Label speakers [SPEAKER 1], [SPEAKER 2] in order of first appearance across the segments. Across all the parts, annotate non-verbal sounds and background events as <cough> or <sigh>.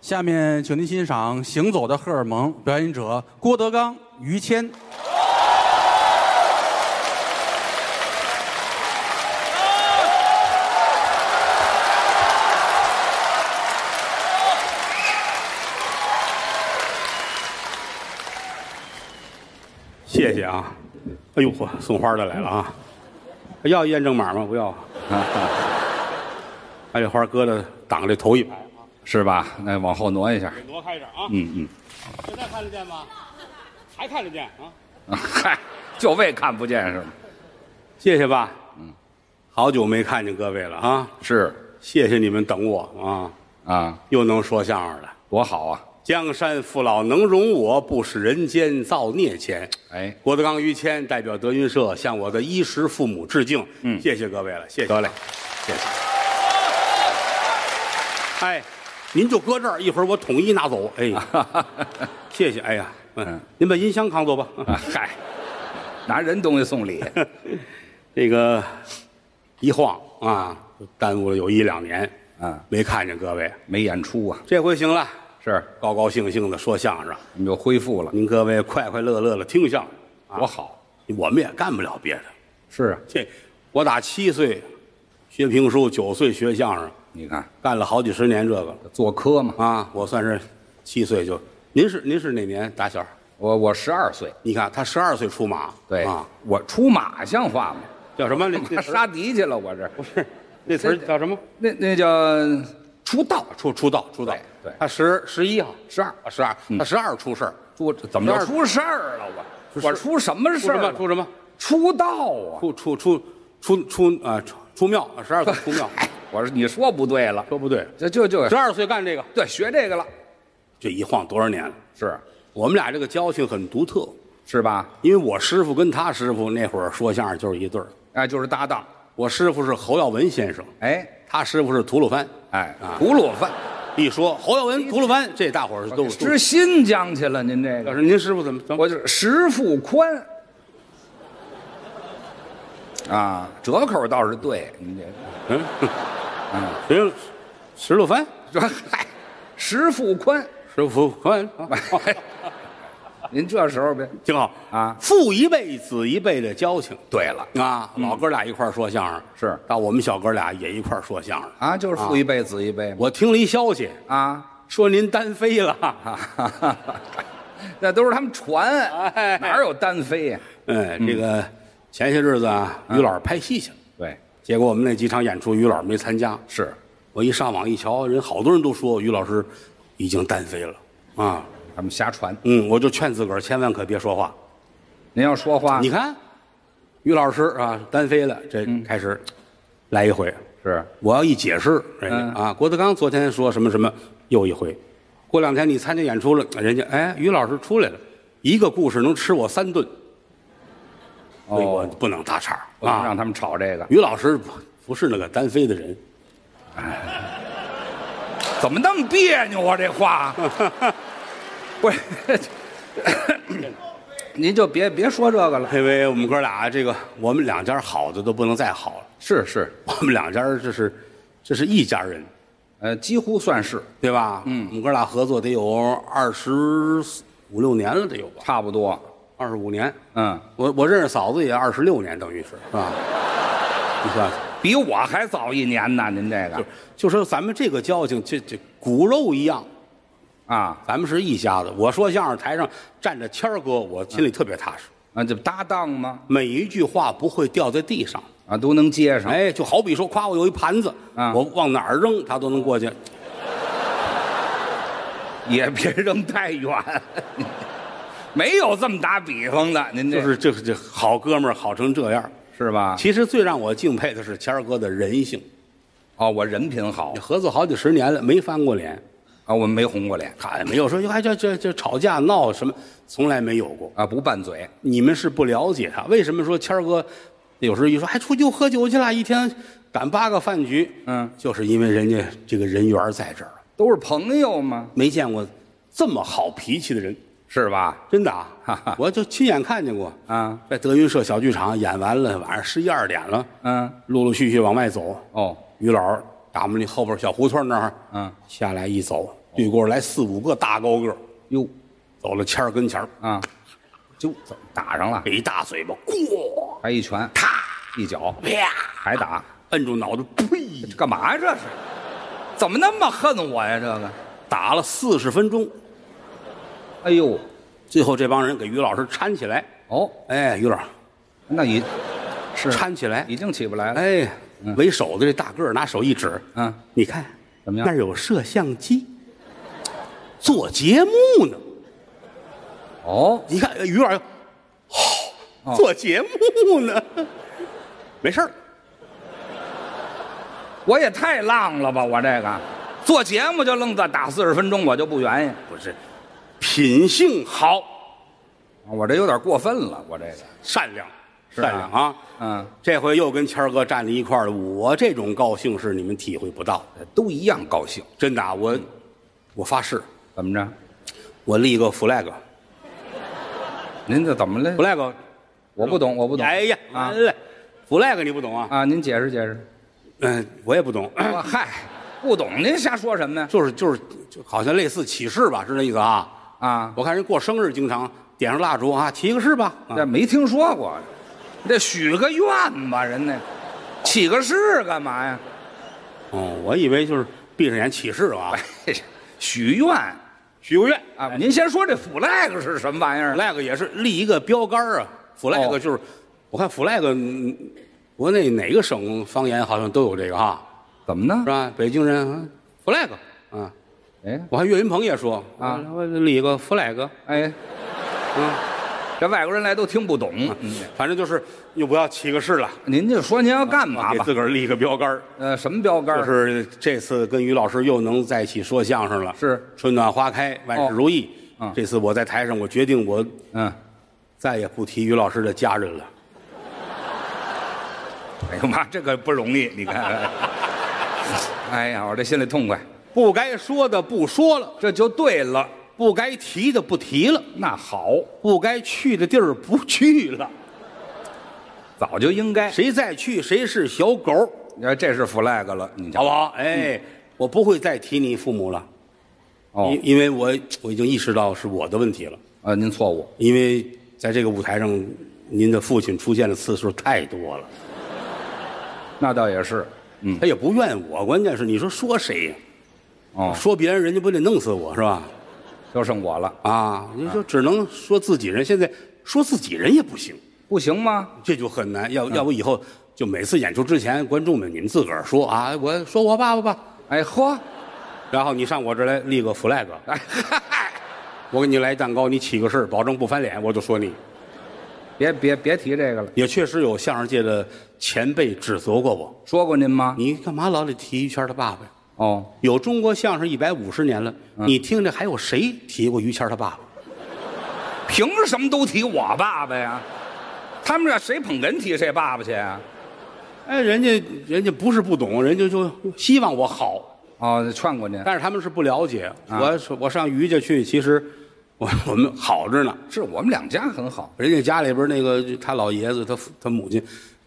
[SPEAKER 1] 下面，请您欣赏《行走的荷尔蒙》，表演者郭德纲、于谦。
[SPEAKER 2] 谢谢啊！哎呦嚯，送花的来了啊！要验证码吗？不要。把这花搁到挡这头一排，
[SPEAKER 3] 是吧？那往后挪一下。 <laughs>
[SPEAKER 2] 挪开一点啊！
[SPEAKER 3] 嗯嗯
[SPEAKER 2] 现在看得见吗？还看得见啊？
[SPEAKER 3] 啊，嗨，就为看不见是吗？
[SPEAKER 2] 谢谢吧。嗯，好久没看见各位了啊！
[SPEAKER 3] 是
[SPEAKER 2] 谢谢你们等我啊！
[SPEAKER 3] 啊，
[SPEAKER 2] 又能说相声了。
[SPEAKER 3] 多好啊！
[SPEAKER 2] 江山父老能容我，不使人间造孽钱。
[SPEAKER 3] 哎，
[SPEAKER 2] 郭德纲、于谦代表德云社向我的衣食父母致敬。
[SPEAKER 3] 嗯
[SPEAKER 2] 谢谢各位了，谢谢。
[SPEAKER 3] 得嘞，
[SPEAKER 2] 谢谢。哎，您就搁这儿，一会儿我统一拿走。哎，
[SPEAKER 3] <laughs>
[SPEAKER 2] 谢谢。哎呀，嗯
[SPEAKER 3] 嗯，
[SPEAKER 2] 您把音箱扛走吧。嗯
[SPEAKER 3] 啊嗨，拿人东西送礼，
[SPEAKER 2] 这个一晃啊，耽误了有一两年，
[SPEAKER 3] 啊，
[SPEAKER 2] 没看见各位。
[SPEAKER 3] 没演出啊，
[SPEAKER 2] 这回行了，
[SPEAKER 3] 是
[SPEAKER 2] 高高兴兴的说相声，
[SPEAKER 3] 你就恢复了，
[SPEAKER 2] 您各位快快乐乐的听相声。啊
[SPEAKER 3] 多好。
[SPEAKER 2] 我们也干不了别的。
[SPEAKER 3] 是啊，
[SPEAKER 2] 这我打七岁学评书，九岁学相声，
[SPEAKER 3] 你看
[SPEAKER 2] 干了好几十年这个了
[SPEAKER 3] 做科嘛，
[SPEAKER 2] 啊！我算是七岁就，您是您是哪年打小？
[SPEAKER 3] 我我十二岁，
[SPEAKER 2] 你看他十二岁出马，
[SPEAKER 3] 对
[SPEAKER 2] 啊，，
[SPEAKER 3] 我出马像话吗？
[SPEAKER 2] 叫什么？
[SPEAKER 3] <laughs>
[SPEAKER 2] 那那词儿
[SPEAKER 3] 杀敌去了，我这
[SPEAKER 2] 不是那词儿叫什么？
[SPEAKER 3] 那那叫出道，
[SPEAKER 2] 出出道出道
[SPEAKER 3] 对，对
[SPEAKER 2] 他十十一号，
[SPEAKER 3] 十二嗯
[SPEAKER 2] 啊十二，他十二出事儿，
[SPEAKER 3] 出怎么
[SPEAKER 2] 十
[SPEAKER 3] 着
[SPEAKER 2] 二
[SPEAKER 3] 出事儿了？
[SPEAKER 2] 出
[SPEAKER 3] 我
[SPEAKER 2] 事
[SPEAKER 3] 我出什么
[SPEAKER 2] 出
[SPEAKER 3] 事
[SPEAKER 2] 什
[SPEAKER 3] 儿
[SPEAKER 2] 么
[SPEAKER 3] 了？
[SPEAKER 2] 出什么？
[SPEAKER 3] 出道啊！
[SPEAKER 2] 出出出出出啊！出出庙，十二岁出
[SPEAKER 3] <laughs>
[SPEAKER 2] 庙，
[SPEAKER 3] 哎，我说你说不对了，
[SPEAKER 2] 说不对，
[SPEAKER 3] 这就就
[SPEAKER 2] 十二岁干这个，
[SPEAKER 3] 对学这个了，
[SPEAKER 2] 这一晃多少年了？
[SPEAKER 3] 是
[SPEAKER 2] 我们俩这个交情很独特，
[SPEAKER 3] 是吧？
[SPEAKER 2] 因为我师傅跟他师傅那会儿说相声就是一对儿。
[SPEAKER 3] 哎，就是搭档，
[SPEAKER 2] 我师傅是侯耀文先生，
[SPEAKER 3] 哎
[SPEAKER 2] 他师傅是吐鲁番。
[SPEAKER 3] 哎
[SPEAKER 2] 啊，
[SPEAKER 3] 吐鲁番，
[SPEAKER 2] 一说侯耀文、吐鲁番，这大伙儿都
[SPEAKER 3] 知新疆去了，您这
[SPEAKER 2] 要
[SPEAKER 3] 个，
[SPEAKER 2] 是您师傅怎么怎么
[SPEAKER 3] 我就是石富宽，啊，折口倒是对，您这
[SPEAKER 2] 嗯嗯，石路番，
[SPEAKER 3] 这 <laughs> 嗨，石富宽，
[SPEAKER 2] 石富宽，啊
[SPEAKER 3] <laughs> 哎您这时候别
[SPEAKER 2] 挺好
[SPEAKER 3] 啊
[SPEAKER 2] 父一辈子一辈的交情
[SPEAKER 3] 对了嗯
[SPEAKER 2] 啊，老哥俩一块儿说相声
[SPEAKER 3] 是
[SPEAKER 2] 到我们小哥俩也一块儿说相声。
[SPEAKER 3] 啊，就是父一辈子一辈嘛
[SPEAKER 2] 我听了一消息，
[SPEAKER 3] 啊 <laughs>
[SPEAKER 2] 说您单飞了。
[SPEAKER 3] 啊，哈哈哈那都是他们传
[SPEAKER 2] 哎，
[SPEAKER 3] 哪儿有单飞呀？
[SPEAKER 2] 嗯，这个前些日子啊，
[SPEAKER 3] 嗯
[SPEAKER 2] 于老师拍戏去了，
[SPEAKER 3] 对，
[SPEAKER 2] 结果我们那几场演出，于老师没参加。
[SPEAKER 3] 是
[SPEAKER 2] 我一上网一瞧，人好多人都说于老师已经单飞了啊。
[SPEAKER 3] 他们瞎传。
[SPEAKER 2] 嗯，我就劝自个儿千万可别说话。
[SPEAKER 3] 您要说话，
[SPEAKER 2] 你看，于老师啊，单飞了，这开始来一回。
[SPEAKER 3] 是
[SPEAKER 2] 我要一解释，人
[SPEAKER 3] 嗯
[SPEAKER 2] 家啊，郭德纲昨天说什么什么，又一回。过两天你参加演出了，人家哎，于老师出来了，一个故事能吃我三顿，所以我
[SPEAKER 3] 哦，
[SPEAKER 2] 不能搭茬
[SPEAKER 3] 不能
[SPEAKER 2] 啊
[SPEAKER 3] 让。他们吵这个，
[SPEAKER 2] 于老师不不是那个单飞的人，
[SPEAKER 3] 怎么那么别扭啊？这 <laughs> 话， <laughs> 不是，您就别别说这个了。
[SPEAKER 2] 因为我们哥俩这个，我们两家好的都不能再好了。 <laughs>
[SPEAKER 3] 是是，
[SPEAKER 2] 我们两家儿这是这是一家人，
[SPEAKER 3] 呃，几乎算是
[SPEAKER 2] 对吧？嗯，我们哥俩合作得有二十五六年了，得有吧？
[SPEAKER 3] 差不多。
[SPEAKER 2] 二十五年，
[SPEAKER 3] 嗯，
[SPEAKER 2] 我我认识嫂子也二十六年，等于是是吧？ <laughs> 你算算，
[SPEAKER 3] 比我还早一年呢。您这个
[SPEAKER 2] 就说咱们这个交情，这这骨肉一样，
[SPEAKER 3] 啊，
[SPEAKER 2] 咱们是一家子。我说相声台上站着谦儿哥，我心里特别踏实，
[SPEAKER 3] 那就啊搭档嘛，
[SPEAKER 2] 每一句话不会掉在地上。
[SPEAKER 3] 啊，都能接上。
[SPEAKER 2] 哎，就好比说，夸我有一盘子，
[SPEAKER 3] 啊
[SPEAKER 2] 我往哪儿扔，他都能过去。
[SPEAKER 3] 也别扔太远， <laughs> 没有这么打比方的，您这
[SPEAKER 2] 就是这这好哥们儿好成这样。
[SPEAKER 3] 是吧？
[SPEAKER 2] 其实最让我敬佩的是谦儿哥的人性。
[SPEAKER 3] 哦，我人品好
[SPEAKER 2] 合作好几十年了，没翻过脸，
[SPEAKER 3] 啊，我没红过脸
[SPEAKER 2] 他也没有说哎这这这吵架闹什么，从来没有过。
[SPEAKER 3] 啊，不拌嘴，
[SPEAKER 2] 你们是不了解他，为什么说谦儿哥有时候一说还哎出去喝酒去了，一天赶八个饭局，
[SPEAKER 3] 嗯
[SPEAKER 2] 就是因为人家这个人缘儿在这儿，
[SPEAKER 3] 都是朋友嘛，
[SPEAKER 2] 没见过这么好脾气的人，
[SPEAKER 3] 是吧？
[SPEAKER 2] 真的啊，
[SPEAKER 3] 哈哈
[SPEAKER 2] 我就亲眼看见过，
[SPEAKER 3] 啊，
[SPEAKER 2] 在德云社小剧场演完了，晚上十一二点了，
[SPEAKER 3] 嗯，
[SPEAKER 2] 陆陆续续往外走，
[SPEAKER 3] 哦，
[SPEAKER 2] 于老儿打我们那后边小胡同那儿，
[SPEAKER 3] 嗯，
[SPEAKER 2] 下来一走，对过来四五个大高个儿
[SPEAKER 3] 哟
[SPEAKER 2] 走到谦儿跟前儿
[SPEAKER 3] 啊，就怎么打上了？
[SPEAKER 2] 一大嘴巴，咣，
[SPEAKER 3] 还一拳，
[SPEAKER 2] 啪，
[SPEAKER 3] 一脚，
[SPEAKER 2] 啪，
[SPEAKER 3] 还打，
[SPEAKER 2] 摁住脑袋，呸，
[SPEAKER 3] 干嘛呀这是？怎么那么恨我呀？这个，
[SPEAKER 2] 打了四十分钟，
[SPEAKER 3] 哎呦，
[SPEAKER 2] 最后这帮人给于老师搀起来，
[SPEAKER 3] 哦，
[SPEAKER 2] 哎，于老师
[SPEAKER 3] 那已是
[SPEAKER 2] 搀起来，
[SPEAKER 3] 已经起不来了。
[SPEAKER 2] 哎，为首的这大个儿拿手一指，
[SPEAKER 3] 嗯，
[SPEAKER 2] 你看
[SPEAKER 3] 怎么样
[SPEAKER 2] 那儿有摄像机，做节目呢。
[SPEAKER 3] 哦，
[SPEAKER 2] 你看呃于老师，好、做节目呢，哦 <laughs> 没事儿，
[SPEAKER 3] 我也太浪了吧！我这个做节目就愣在打四十分钟，我就不原因。
[SPEAKER 2] 不是，品性好，
[SPEAKER 3] 我这有点过分了，我这个，
[SPEAKER 2] 善良，
[SPEAKER 3] 是啊
[SPEAKER 2] 善良啊。
[SPEAKER 3] 嗯，
[SPEAKER 2] 这回又跟谦儿哥站在一块儿了，我这种高兴是你们体会不到的，
[SPEAKER 3] 都一样高兴。
[SPEAKER 2] 真的啊、我，我发誓，
[SPEAKER 3] 怎么着？
[SPEAKER 2] 我立个 flag，flag，
[SPEAKER 3] 您这怎么
[SPEAKER 2] 嗯
[SPEAKER 3] 了？我不懂，我不懂。
[SPEAKER 2] 哎呀，
[SPEAKER 3] 啊
[SPEAKER 2] 完了，flag 你不懂啊？
[SPEAKER 3] 啊！您解释解释。
[SPEAKER 2] 嗯，我也不懂， <coughs>
[SPEAKER 3] 我嗨，不懂您瞎说什么呀？
[SPEAKER 2] 就是就是就好像类似启示吧，是这意思啊？
[SPEAKER 3] 啊，
[SPEAKER 2] 我看人过生日经常点上蜡烛啊，提个誓吧，啊
[SPEAKER 3] 这没听说过，这许个愿吧，人那起个誓干嘛呀？ <laughs>
[SPEAKER 2] 哦，我以为就是闭上眼起誓啊，
[SPEAKER 3] 许愿
[SPEAKER 2] 许个愿
[SPEAKER 3] 啊！您先说这 flag 是什么玩意儿？
[SPEAKER 2] ，flag 也是立一个标杆儿啊，flag
[SPEAKER 3] 哦
[SPEAKER 2] 就是，我看 flag，嗯国内哪个省方言好像都有这个哈，
[SPEAKER 3] 怎么呢
[SPEAKER 2] 是？吧？北京人啊 flag 啊，
[SPEAKER 3] 哎
[SPEAKER 2] 我看岳云鹏也说
[SPEAKER 3] 啊
[SPEAKER 2] 我立个 flag，
[SPEAKER 3] 哎，
[SPEAKER 2] 嗯，
[SPEAKER 3] 这外国人来都听不懂。嗯
[SPEAKER 2] 反正就是又不要起个誓了，
[SPEAKER 3] 您就说您要干嘛
[SPEAKER 2] 给
[SPEAKER 3] 吧？
[SPEAKER 2] 自个儿立个标杆儿
[SPEAKER 3] 呃，什么标杆
[SPEAKER 2] 就
[SPEAKER 3] 儿？
[SPEAKER 2] 是这次跟于老师又能在一起说相声了，
[SPEAKER 3] 是
[SPEAKER 2] 春暖花开，万事如意。
[SPEAKER 3] 哦嗯
[SPEAKER 2] 这次我在台上，我决定我
[SPEAKER 3] 嗯，
[SPEAKER 2] 再也不提于老师的家人了。
[SPEAKER 3] 哎呀妈，这个不容易，你看。 <laughs> 哎呀，我这心里痛快，
[SPEAKER 2] 不该说的不说了，
[SPEAKER 3] 这就对了。
[SPEAKER 2] 不该提的不提了，
[SPEAKER 3] 那好，
[SPEAKER 2] 不该去的地儿不去了。
[SPEAKER 3] 早就应该。
[SPEAKER 2] 谁再去，谁是小狗，
[SPEAKER 3] 呃，这是 flag 了，你
[SPEAKER 2] 好
[SPEAKER 3] 瞧。
[SPEAKER 2] 不好？哎，我不会再提你父母了，
[SPEAKER 3] 哦
[SPEAKER 2] 因因为我我已经意识到是我的问题了，
[SPEAKER 3] 呃，您错误。
[SPEAKER 2] 因为在这个舞台上，您的父亲出现的次数太多了，
[SPEAKER 3] 那倒也是。
[SPEAKER 2] 他也不怨我，关键是你说说谁呀、
[SPEAKER 3] 哦，
[SPEAKER 2] 说别人人家不得弄死我是吧？
[SPEAKER 3] 就剩我了，
[SPEAKER 2] 啊，你说只能说自己人，现在说自己人也不行。
[SPEAKER 3] 不行吗？
[SPEAKER 2] 这就很难。要要不以后就每次演出之前，观众们你们自个儿说啊，我说我爸爸吧，
[SPEAKER 3] 哎呵，
[SPEAKER 2] 然后你上我这儿来立个 flag，
[SPEAKER 3] 哎嗨，
[SPEAKER 2] <laughs> 我给你来蛋糕，你起个誓，保证不翻脸，我就说你。
[SPEAKER 3] 别别别提这个了。
[SPEAKER 2] 也确实有相声界的前辈指责过我，
[SPEAKER 3] 说过您吗？
[SPEAKER 2] 你干嘛老得提于谦儿他爸爸呀？
[SPEAKER 3] 哦，
[SPEAKER 2] 有中国相声一百五十年了，你听着还有谁提过于谦儿他爸爸？
[SPEAKER 3] 凭什么都提我爸爸呀？他们这谁捧哏提谁爸爸去啊？
[SPEAKER 2] 哎，人家人家不是不懂，人家就希望我好，
[SPEAKER 3] 哦，劝过您，
[SPEAKER 2] 但是他们是不了解。我我上于家去，其实我我们好着呢。
[SPEAKER 3] 是我们两家很好，
[SPEAKER 2] 人家家里边那个他老爷子，他父他母亲，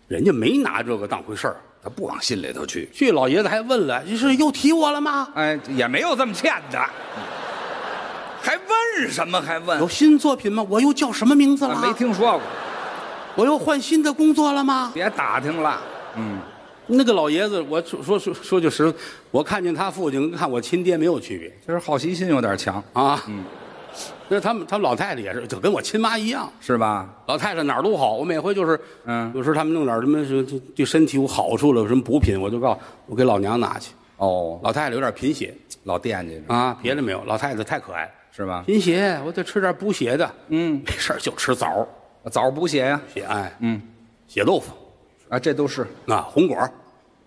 [SPEAKER 2] 人家没拿这个当回事儿。
[SPEAKER 3] 他不往心里头去。
[SPEAKER 2] 去老爷子还问了，你是又提我了吗？
[SPEAKER 3] 哎，也没有这么欠的，还问什么？还问
[SPEAKER 2] 有？新作品吗？我又叫什么名字了？
[SPEAKER 3] 没。听说过，
[SPEAKER 2] 我又换新的工作了吗？
[SPEAKER 3] 别打听了。嗯，
[SPEAKER 2] 那个老爷子，我说说说说句实话，我看见他父亲跟看我亲爹没有区别
[SPEAKER 3] 就是好奇心有点强，
[SPEAKER 2] 啊。嗯， <laughs> 那他们他们老太太也是，就跟我亲妈一样。
[SPEAKER 3] 是吧？
[SPEAKER 2] 老太太哪儿都好，我每回就是，
[SPEAKER 3] 嗯
[SPEAKER 2] 有时候他们弄点什么什么对对身体有好处了，有什么补品，我就告诉我给老娘拿去。
[SPEAKER 3] 哦，
[SPEAKER 2] 老太太有点贫血，
[SPEAKER 3] 老惦记着，
[SPEAKER 2] 啊，别的没有，老太太太可爱。
[SPEAKER 3] 是吧？
[SPEAKER 2] 贫血，我得吃点补血的。
[SPEAKER 3] 嗯，
[SPEAKER 2] 没事儿就吃枣儿、
[SPEAKER 3] 早补血呀。
[SPEAKER 2] 血哎，
[SPEAKER 3] 嗯，
[SPEAKER 2] 血豆腐
[SPEAKER 3] 啊，这都是
[SPEAKER 2] 啊，红果儿，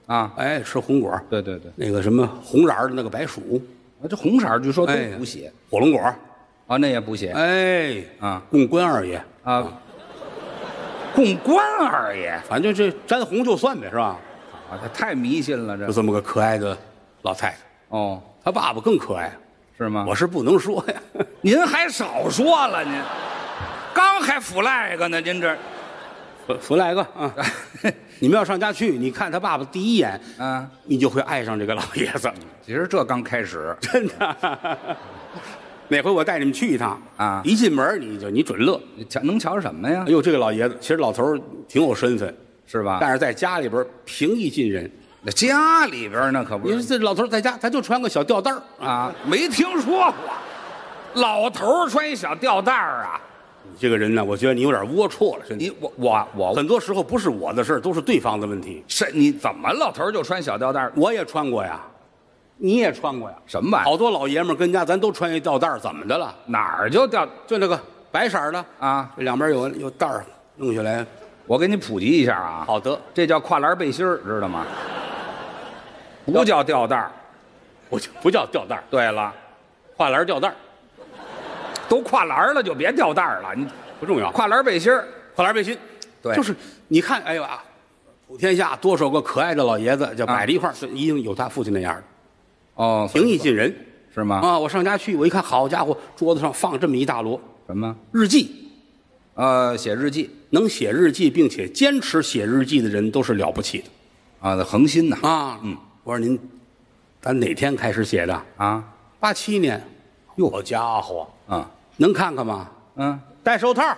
[SPEAKER 3] 啊，
[SPEAKER 2] 哎，吃红果儿，
[SPEAKER 3] 对对对，
[SPEAKER 2] 那个什么红色儿的那个白薯，
[SPEAKER 3] 啊，这红色儿据说都
[SPEAKER 2] 哎呀
[SPEAKER 3] 补血、
[SPEAKER 2] 火龙果儿，
[SPEAKER 3] 啊，那也补血
[SPEAKER 2] 哎，
[SPEAKER 3] 啊
[SPEAKER 2] 供关二爷，
[SPEAKER 3] 啊。供关二爷
[SPEAKER 2] 反正这沾红就算呗，是吧？
[SPEAKER 3] 啊，他太迷信了
[SPEAKER 2] 就
[SPEAKER 3] 这
[SPEAKER 2] 这么个可爱的老太太，
[SPEAKER 3] 哦，
[SPEAKER 2] 她爸爸更可爱，
[SPEAKER 3] 是吗？
[SPEAKER 2] 我是不能说呀。
[SPEAKER 3] 您还少说了您，刚还 flag 呢，您这
[SPEAKER 2] 弗弗莱格啊， <laughs> 你们要上家去，你看他爸爸第一眼，
[SPEAKER 3] 啊，
[SPEAKER 2] 你就会爱上这个老爷子，
[SPEAKER 3] 其实这刚开始，
[SPEAKER 2] 真的。哪回我带你们去一趟
[SPEAKER 3] 啊
[SPEAKER 2] 一进门你就你准乐，
[SPEAKER 3] 你瞧能瞧什么呀
[SPEAKER 2] 哎？呦，这个老爷子，其实老头儿挺有身份，
[SPEAKER 3] 是吧？
[SPEAKER 2] 但是在家里边儿平易近人。
[SPEAKER 3] 那家里边那可不
[SPEAKER 2] 你说
[SPEAKER 3] 是
[SPEAKER 2] 这老头儿在家，他就穿个小吊带儿
[SPEAKER 3] 啊， <laughs> 没听说过。老头儿穿一小吊带儿啊？
[SPEAKER 2] 你这个人呢，我觉得你有点龌龊了，真的。
[SPEAKER 3] 你我我我
[SPEAKER 2] 很多时候不是我的事儿，都是对方的问题。
[SPEAKER 3] 是你怎么老头儿就穿小吊带儿？
[SPEAKER 2] 我也穿过呀，你也穿过呀，
[SPEAKER 3] 什么玩意儿？
[SPEAKER 2] 好多老爷们儿跟家咱都穿一吊带儿，怎么的了？
[SPEAKER 3] 哪儿就吊
[SPEAKER 2] 就那个白色儿的，
[SPEAKER 3] 啊？
[SPEAKER 2] 这两边有有带儿，弄下来。
[SPEAKER 3] 我给你普及一下啊，
[SPEAKER 2] 好的，
[SPEAKER 3] 这叫跨栏背心儿，知
[SPEAKER 2] <laughs>
[SPEAKER 3] 道吗？不叫吊带儿。
[SPEAKER 2] 我就不叫吊带儿，
[SPEAKER 3] 对了，
[SPEAKER 2] 跨栏吊带儿
[SPEAKER 3] 都跨栏了就别吊带儿了，你
[SPEAKER 2] 不重要，跨
[SPEAKER 3] 跨栏背心儿
[SPEAKER 2] 跨栏背心，
[SPEAKER 3] 对
[SPEAKER 2] 就是你看，哎呀，普天下多少个可爱的老爷子，就摆在一块儿，就一定有他父亲那样的，
[SPEAKER 3] 哦，
[SPEAKER 2] 平易近人
[SPEAKER 3] 是吗？
[SPEAKER 2] 啊。我上家去，我一看，好家伙，桌子上放这么一大摞
[SPEAKER 3] 什么？
[SPEAKER 2] 日记，
[SPEAKER 3] 呃，写日记
[SPEAKER 2] 能写日记并且坚持写日记的人都是了不起的。
[SPEAKER 3] 啊，恒心呐
[SPEAKER 2] 啊，嗯，我说您，咱哪天开始写的？
[SPEAKER 3] 啊
[SPEAKER 2] 八七年，哟，好家伙，
[SPEAKER 3] 啊
[SPEAKER 2] 能看看吗？
[SPEAKER 3] 嗯，
[SPEAKER 2] 戴手套，
[SPEAKER 3] 干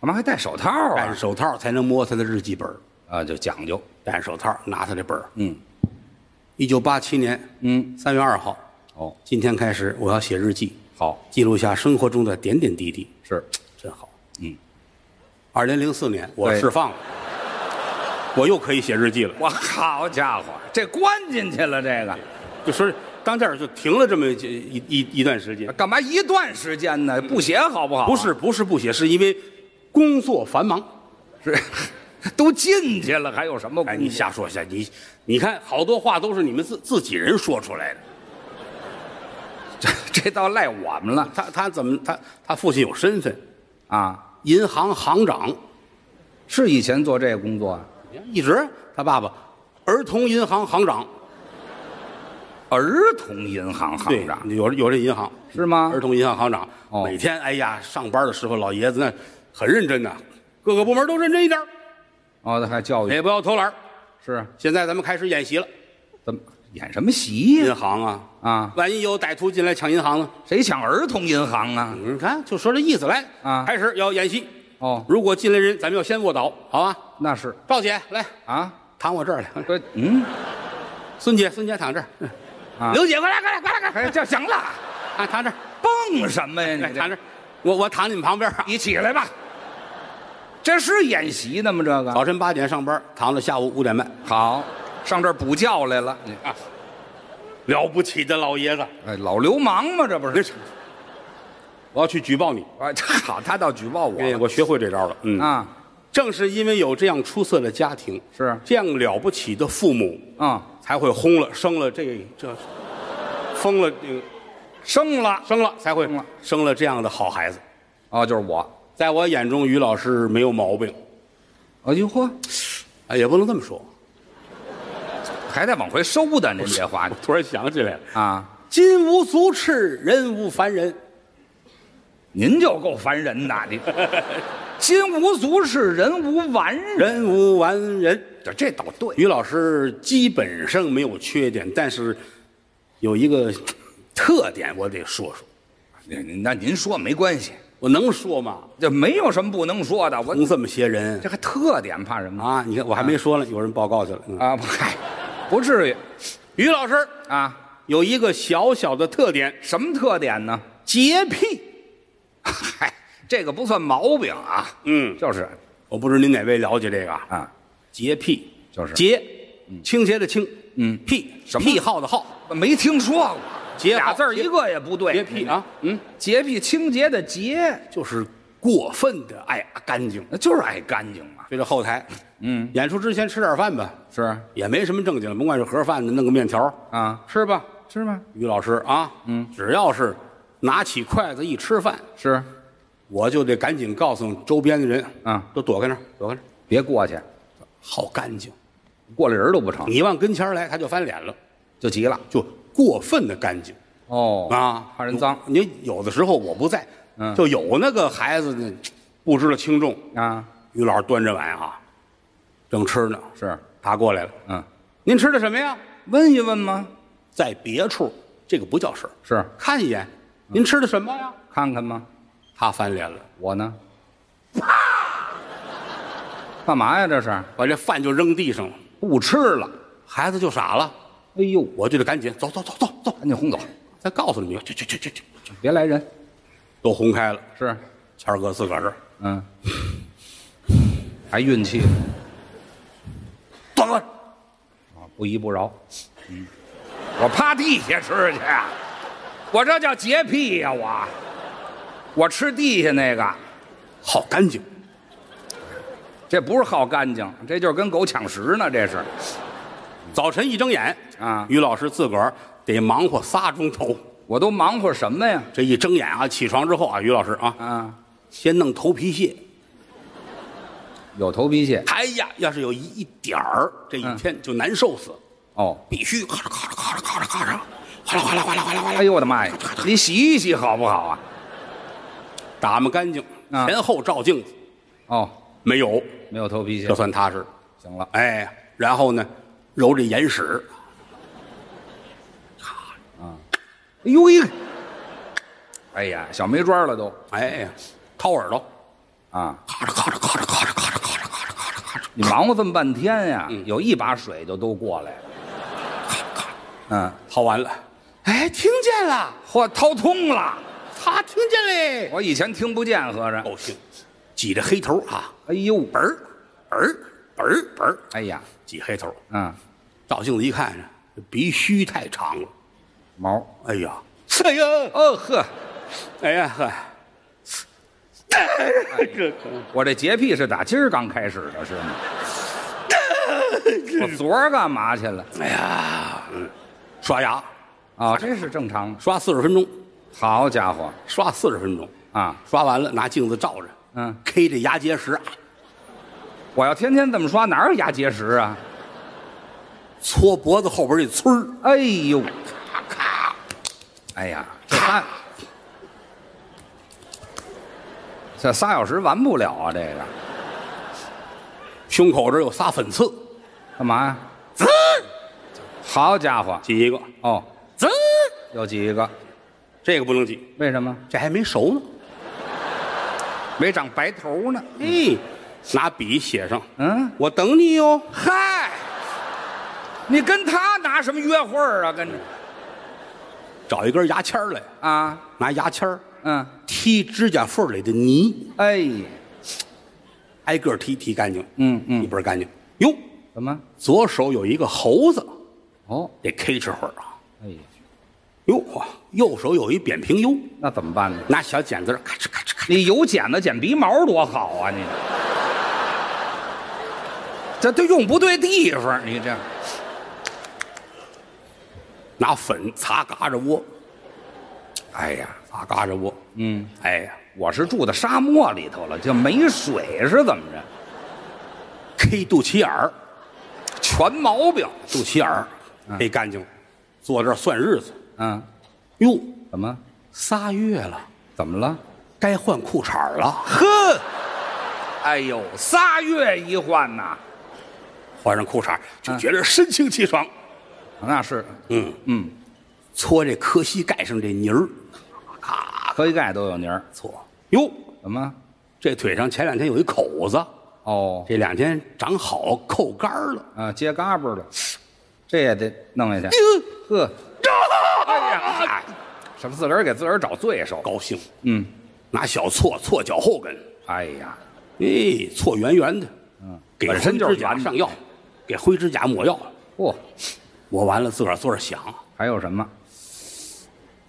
[SPEAKER 3] 嘛还戴手套
[SPEAKER 2] 戴上
[SPEAKER 3] 啊？
[SPEAKER 2] 手套才能摸他的日记本儿，
[SPEAKER 3] 啊，就讲究，
[SPEAKER 2] 戴上手套拿他的本儿。
[SPEAKER 3] 嗯
[SPEAKER 2] 一九八七年，
[SPEAKER 3] 嗯，
[SPEAKER 2] 三月二号，
[SPEAKER 3] 哦，
[SPEAKER 2] 今天开始我要写日记，
[SPEAKER 3] 好
[SPEAKER 2] 记录下生活中的点点滴滴，
[SPEAKER 3] 是，
[SPEAKER 2] 真好。
[SPEAKER 3] 嗯，
[SPEAKER 2] 二零零四年我
[SPEAKER 3] 对
[SPEAKER 2] 释放了，我又可以写日记了。
[SPEAKER 3] 我好家伙，这关进去了，这个
[SPEAKER 2] 就说是当这儿就停了这么一一一一段时间，
[SPEAKER 3] 干嘛一段时间呢？不写好不好啊？
[SPEAKER 2] 不是不是不写，是因为工作繁忙。
[SPEAKER 3] 是， <laughs> 都进去了，还有什么？
[SPEAKER 2] 哎，你瞎说瞎你，你看好多话都是你们自自己人说出来的。
[SPEAKER 3] 这 <laughs> 这倒赖我们了
[SPEAKER 2] 他他怎么他他父亲有身份，
[SPEAKER 3] 啊！
[SPEAKER 2] 银行行长，
[SPEAKER 3] 是以前做这个工作啊？
[SPEAKER 2] 一直他爸爸儿童银行行长，
[SPEAKER 3] 儿童银行行长
[SPEAKER 2] 对，有有这银行
[SPEAKER 3] 是吗
[SPEAKER 2] 儿童银行行长、
[SPEAKER 3] 哦
[SPEAKER 2] 每天哎呀上班的时候，老爷子那很认真呐、各个部门都认真一点儿，
[SPEAKER 3] 哦，他还教育
[SPEAKER 2] 也不要偷懒儿。
[SPEAKER 3] 是
[SPEAKER 2] 现在咱们开始演习了，
[SPEAKER 3] 怎么演什么戏
[SPEAKER 2] 银
[SPEAKER 3] 呀？
[SPEAKER 2] 行啊，
[SPEAKER 3] 啊，
[SPEAKER 2] 万一有歹徒进来抢银行呢？
[SPEAKER 3] 谁抢儿童银行啊？
[SPEAKER 2] 你看，就说这意思来
[SPEAKER 3] 啊
[SPEAKER 2] 开始要演习。
[SPEAKER 3] 哦，
[SPEAKER 2] 如果进来人，咱们要先卧倒，好吧？
[SPEAKER 3] 那是
[SPEAKER 2] 赵姐来
[SPEAKER 3] 啊，
[SPEAKER 2] 躺我这儿来，
[SPEAKER 3] 说嗯
[SPEAKER 2] 孙姐孙姐躺这儿，
[SPEAKER 3] 啊
[SPEAKER 2] 刘姐快来快来快来快来，
[SPEAKER 3] 哎，这行了，
[SPEAKER 2] 啊躺这儿，
[SPEAKER 3] 蹦什么呀？
[SPEAKER 2] 来
[SPEAKER 3] 你
[SPEAKER 2] 躺这
[SPEAKER 3] 这，
[SPEAKER 2] 儿，我我躺你们旁边啊。
[SPEAKER 3] 你起来吧。这是演习呢吗？这个
[SPEAKER 2] 早晨八点上班，躺到下午五点半，
[SPEAKER 3] 好，上这儿补觉来了。你
[SPEAKER 2] 了不起的老爷子，
[SPEAKER 3] 哎，老流氓嘛，这不是？
[SPEAKER 2] 我要去举报你。
[SPEAKER 3] 哎，这好，他倒举报我
[SPEAKER 2] 哎，
[SPEAKER 3] 了
[SPEAKER 2] 我学会这招了。嗯，
[SPEAKER 3] 啊，
[SPEAKER 2] 正是因为有这样出色的家庭，
[SPEAKER 3] 是
[SPEAKER 2] 这样了不起的父母，
[SPEAKER 3] 啊，
[SPEAKER 2] 才会轰了生了这这，疯了这个
[SPEAKER 3] 生了
[SPEAKER 2] 生了才会
[SPEAKER 3] 生了
[SPEAKER 2] 生了这样的好孩子。
[SPEAKER 3] 哦，就是我。
[SPEAKER 2] 在我眼中，于老师没有毛病，
[SPEAKER 3] 哎呦嚯，
[SPEAKER 2] 啊，也不能这么说。
[SPEAKER 3] 还在往回收的，您这话
[SPEAKER 2] 我突然想起来了，
[SPEAKER 3] 啊，
[SPEAKER 2] 金无足赤，人无完人。
[SPEAKER 3] 您就够烦人的，你金无足赤，人无
[SPEAKER 2] <laughs>
[SPEAKER 3] 完人，
[SPEAKER 2] 人无完人。
[SPEAKER 3] 这这倒对。
[SPEAKER 2] 于老师基本上没有缺点，但是有一个特点，我得说说。
[SPEAKER 3] 那您说没关系，
[SPEAKER 2] 我能说吗？
[SPEAKER 3] 这没有什么不能说的。我
[SPEAKER 2] 能这么些人
[SPEAKER 3] 这还特点怕什么
[SPEAKER 2] 啊？你看我还没说呢，有人报告去了。嗯
[SPEAKER 3] 啊？嗨，不至于
[SPEAKER 2] 于老师
[SPEAKER 3] 啊。
[SPEAKER 2] 有一个小小的特点，
[SPEAKER 3] 什么特点呢？ <laughs>
[SPEAKER 2] 洁癖。
[SPEAKER 3] 嗨，这个不算毛病啊，
[SPEAKER 2] 嗯，
[SPEAKER 3] 就是
[SPEAKER 2] 我不知您哪位了解这个啊？
[SPEAKER 3] 啊，
[SPEAKER 2] 洁癖
[SPEAKER 3] 就是
[SPEAKER 2] 洁，倾斜的倾，嗯，癖
[SPEAKER 3] 什么
[SPEAKER 2] 癖好的好，
[SPEAKER 3] 没听说过，
[SPEAKER 2] 洁
[SPEAKER 3] 俩
[SPEAKER 2] 好
[SPEAKER 3] 字儿一个也不对。
[SPEAKER 2] 洁癖啊，嗯，
[SPEAKER 3] 洁癖清洁的洁，
[SPEAKER 2] 就是过分的爱干净。
[SPEAKER 3] 那就是爱干净嘛。
[SPEAKER 2] 就这后台，
[SPEAKER 3] 嗯，
[SPEAKER 2] 演出之前吃点饭吧，
[SPEAKER 3] 是
[SPEAKER 2] 也没什么正经的，甭管是盒饭的，弄个面条
[SPEAKER 3] 啊，
[SPEAKER 2] 吃吧。
[SPEAKER 3] 是吗？
[SPEAKER 2] 于老师啊，嗯，只要是拿起筷子一吃饭，
[SPEAKER 3] 是，
[SPEAKER 2] 我就得赶紧告诉周边的人，
[SPEAKER 3] 啊，
[SPEAKER 2] 都躲开那儿，躲开那儿，
[SPEAKER 3] 别过去，
[SPEAKER 2] 好干净。
[SPEAKER 3] 过了人都不成，
[SPEAKER 2] 你往跟前儿来，他就翻脸了，
[SPEAKER 3] 就急了。
[SPEAKER 2] 就过分的干净
[SPEAKER 3] 哦
[SPEAKER 2] 啊，
[SPEAKER 3] 怕人脏
[SPEAKER 2] 你你有的时候我不在，
[SPEAKER 3] 嗯
[SPEAKER 2] 就有那个孩子呢，不知道轻重，
[SPEAKER 3] 啊，
[SPEAKER 2] 于老师端着碗啊，正吃呢，
[SPEAKER 3] 是，
[SPEAKER 2] 他过来了，
[SPEAKER 3] 嗯，
[SPEAKER 2] 您吃的什么呀？
[SPEAKER 3] 问一问吗？
[SPEAKER 2] 在别处这个不叫事儿，
[SPEAKER 3] 是，
[SPEAKER 2] 看一眼，您吃的什么呀？
[SPEAKER 3] 看看吗？
[SPEAKER 2] 他翻脸了，
[SPEAKER 3] 我呢？干嘛呀？这是哎
[SPEAKER 2] 把这饭就扔地上了，
[SPEAKER 3] 不吃了。
[SPEAKER 2] 孩子就傻了，
[SPEAKER 3] 哎呦，
[SPEAKER 2] 我就得赶紧走走走走走，
[SPEAKER 3] 赶紧轰走，
[SPEAKER 2] 再告诉你，去去去去去，
[SPEAKER 3] 别来人。
[SPEAKER 2] 都红开了。
[SPEAKER 3] 是，
[SPEAKER 2] 谦儿哥自个儿这儿，
[SPEAKER 3] 嗯，还运气呢
[SPEAKER 2] 端过来，
[SPEAKER 3] 啊，不依不饶。嗯，我趴地下吃去，啊我这叫洁癖呀、我，我吃地下那个，
[SPEAKER 2] 好干净。
[SPEAKER 3] 这不是好干净，这就是跟狗抢食呢，这是。
[SPEAKER 2] 早晨一睁眼
[SPEAKER 3] 啊
[SPEAKER 2] 于老师自个儿得忙活仨钟头。
[SPEAKER 3] 我都忙活什么呀？
[SPEAKER 2] 这一睁眼啊，起床之后啊，于老师啊，
[SPEAKER 3] 啊，
[SPEAKER 2] 先弄头皮屑。
[SPEAKER 3] 有头皮屑
[SPEAKER 2] 哎呀，要是有一一点儿，这一天就难受死，
[SPEAKER 3] 哦。
[SPEAKER 2] 必须咔嚓咔嚓咔嚓咔嚓咔嚓，哗啦哗啦哗啦哗啦哗啦，
[SPEAKER 3] 哎呦我的妈呀！你洗一洗好不好啊？
[SPEAKER 2] 打扮干净，
[SPEAKER 3] 啊
[SPEAKER 2] 前后照镜子
[SPEAKER 3] 哦，
[SPEAKER 2] 没有，
[SPEAKER 3] 没有头皮屑
[SPEAKER 2] 这，算踏实。
[SPEAKER 3] 行了
[SPEAKER 2] 哎，然后呢，揉这眼屎，
[SPEAKER 3] 哎呦一，哎呀，小眉庄了都
[SPEAKER 2] 哎呀，掏耳朵，
[SPEAKER 3] 啊！
[SPEAKER 2] 咔嚓咔嚓咔嚓咔嚓咔嚓咔嚓咔嚓咔嚓咔嚓，嗯
[SPEAKER 3] 你忙活这么半天呀，有一把水就都过来了。嗯，
[SPEAKER 2] 掏完了，哎，听见了，
[SPEAKER 3] 嚯，掏通了！
[SPEAKER 2] 他听见嘞，
[SPEAKER 3] 我以前听不见，合着。
[SPEAKER 2] 高兴，挤着黑头啊，
[SPEAKER 3] 哎呦，
[SPEAKER 2] 本儿本儿本儿本儿，
[SPEAKER 3] 哎呀，
[SPEAKER 2] 挤黑头，
[SPEAKER 3] 嗯，
[SPEAKER 2] 照镜子一看，这鼻须太长了，
[SPEAKER 3] 毛，
[SPEAKER 2] 哎呀，哎呀，
[SPEAKER 3] 哦呵，
[SPEAKER 2] 哎呀，嗨。这
[SPEAKER 3] 我这洁癖是打今儿刚开始的，是吗？我昨儿干嘛去了？
[SPEAKER 2] 哎呀，嗯刷牙
[SPEAKER 3] 啊，这是正常的。
[SPEAKER 2] 刷四十分钟，
[SPEAKER 3] 好家伙，
[SPEAKER 2] 刷四十分钟
[SPEAKER 3] 啊，
[SPEAKER 2] 刷完了拿镜子照着，
[SPEAKER 3] 嗯
[SPEAKER 2] ，K 这牙结石啊，
[SPEAKER 3] 我要天天这么刷，哪有牙结石啊？
[SPEAKER 2] 搓脖子后边这村儿，
[SPEAKER 3] 哎呦，哎呀，这仨，这仨小时完不了啊！这个
[SPEAKER 2] 胸口这儿有仨粉刺，
[SPEAKER 3] 干嘛呀？好家伙，
[SPEAKER 2] 挤一个，
[SPEAKER 3] 哦，
[SPEAKER 2] 滋，
[SPEAKER 3] 又挤一个，
[SPEAKER 2] 这个不能挤，
[SPEAKER 3] 为什么？
[SPEAKER 2] 这还没熟呢。
[SPEAKER 3] 没长白头呢。
[SPEAKER 2] 哎，拿笔写上，
[SPEAKER 3] 嗯，
[SPEAKER 2] 我等你哟。
[SPEAKER 3] 嗨，你跟他拿什么约会儿啊？跟着
[SPEAKER 2] 找一根牙签儿来，
[SPEAKER 3] 啊，
[SPEAKER 2] 拿牙签儿
[SPEAKER 3] 嗯，
[SPEAKER 2] 踢指甲缝里的泥，
[SPEAKER 3] 哎，
[SPEAKER 2] 挨个踢，踢干净。
[SPEAKER 3] 嗯嗯
[SPEAKER 2] 一边干净。哟，
[SPEAKER 3] 怎么？
[SPEAKER 2] 左手有一个猴子，
[SPEAKER 3] 哦，
[SPEAKER 2] 得 K 哧会儿啊。
[SPEAKER 3] 哎呀，
[SPEAKER 2] 哟，哇右手有一扁平疣，
[SPEAKER 3] 那怎么办呢？
[SPEAKER 2] 拿小剪子儿咔哧咔哧咔哧。
[SPEAKER 3] 你有剪子剪鼻毛多好啊！你 <laughs> 这都用不对地方，你这
[SPEAKER 2] 拿粉擦嘎着窝，哎呀，擦嘎着窝，
[SPEAKER 3] 嗯，
[SPEAKER 2] 哎呀
[SPEAKER 3] 我是住在沙漠里头了，就没水是怎么着？
[SPEAKER 2] ，K 肚脐眼儿，
[SPEAKER 3] 全毛病，
[SPEAKER 2] 肚脐眼儿，K 干净了，坐这儿算日子，
[SPEAKER 3] 嗯，
[SPEAKER 2] 哟，
[SPEAKER 3] 怎么
[SPEAKER 2] 仨月了，
[SPEAKER 3] 怎么了？
[SPEAKER 2] 该换裤衩儿了，
[SPEAKER 3] 呵，哎呦，仨月一换呐，
[SPEAKER 2] 换上裤衩儿
[SPEAKER 3] 嗯
[SPEAKER 2] 就觉得神清气爽，
[SPEAKER 3] 那是
[SPEAKER 2] 嗯嗯，搓这磕膝盖上这泥儿，咔
[SPEAKER 3] 膝盖都有泥儿，
[SPEAKER 2] 搓，哟，
[SPEAKER 3] 怎么？
[SPEAKER 2] 这腿上前两天有一口子，
[SPEAKER 3] 哦，
[SPEAKER 2] 这两天长好扣杆儿了，
[SPEAKER 3] 啊，接嘎巴了，这也得弄下去。呵，哎呀，哎什么自个儿给自个儿找罪受？
[SPEAKER 2] 高兴，
[SPEAKER 3] 嗯，
[SPEAKER 2] 拿小锉锉脚后跟。
[SPEAKER 3] 哎呀，
[SPEAKER 2] 哎，搓圆圆的，嗯，给
[SPEAKER 3] 本身就是
[SPEAKER 2] 灰指甲
[SPEAKER 3] 圆的
[SPEAKER 2] 上药，给灰指甲抹药。
[SPEAKER 3] 嚯、
[SPEAKER 2] 抹完了自个儿坐着想，
[SPEAKER 3] 还有什么？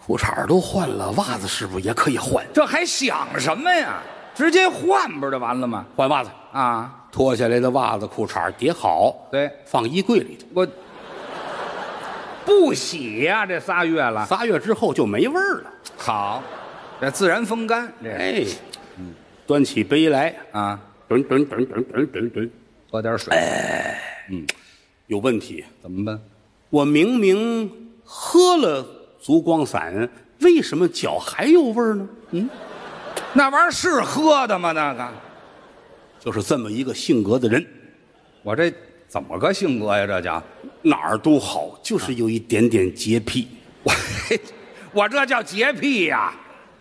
[SPEAKER 2] 裤衩儿都换了，袜子是不是也可以换？
[SPEAKER 3] 这还想什么呀？直接换不就完了吗？
[SPEAKER 2] 换袜子，
[SPEAKER 3] 啊，
[SPEAKER 2] 脱下来的袜子、裤衩儿叠好，
[SPEAKER 3] 对，
[SPEAKER 2] 放衣柜里头。
[SPEAKER 3] 我不洗呀、这仨月了。
[SPEAKER 2] 仨月之后就没味儿了。
[SPEAKER 3] 好，这自然风干，这是
[SPEAKER 2] 哎，端起杯来，
[SPEAKER 3] 啊，
[SPEAKER 2] 等等等等等等等，
[SPEAKER 3] 喝点水，
[SPEAKER 2] 有问题。
[SPEAKER 3] 怎么办？
[SPEAKER 2] 我明明喝了足光散，为什么脚还有味儿呢？嗯，
[SPEAKER 3] 那玩意儿是喝的吗？那个
[SPEAKER 2] 就是这么一个性格的人，
[SPEAKER 3] 我这怎么个性格呀？这叫 <laughs>
[SPEAKER 2] 哪儿都好，就是有一点点洁癖。
[SPEAKER 3] 我我这叫洁癖呀、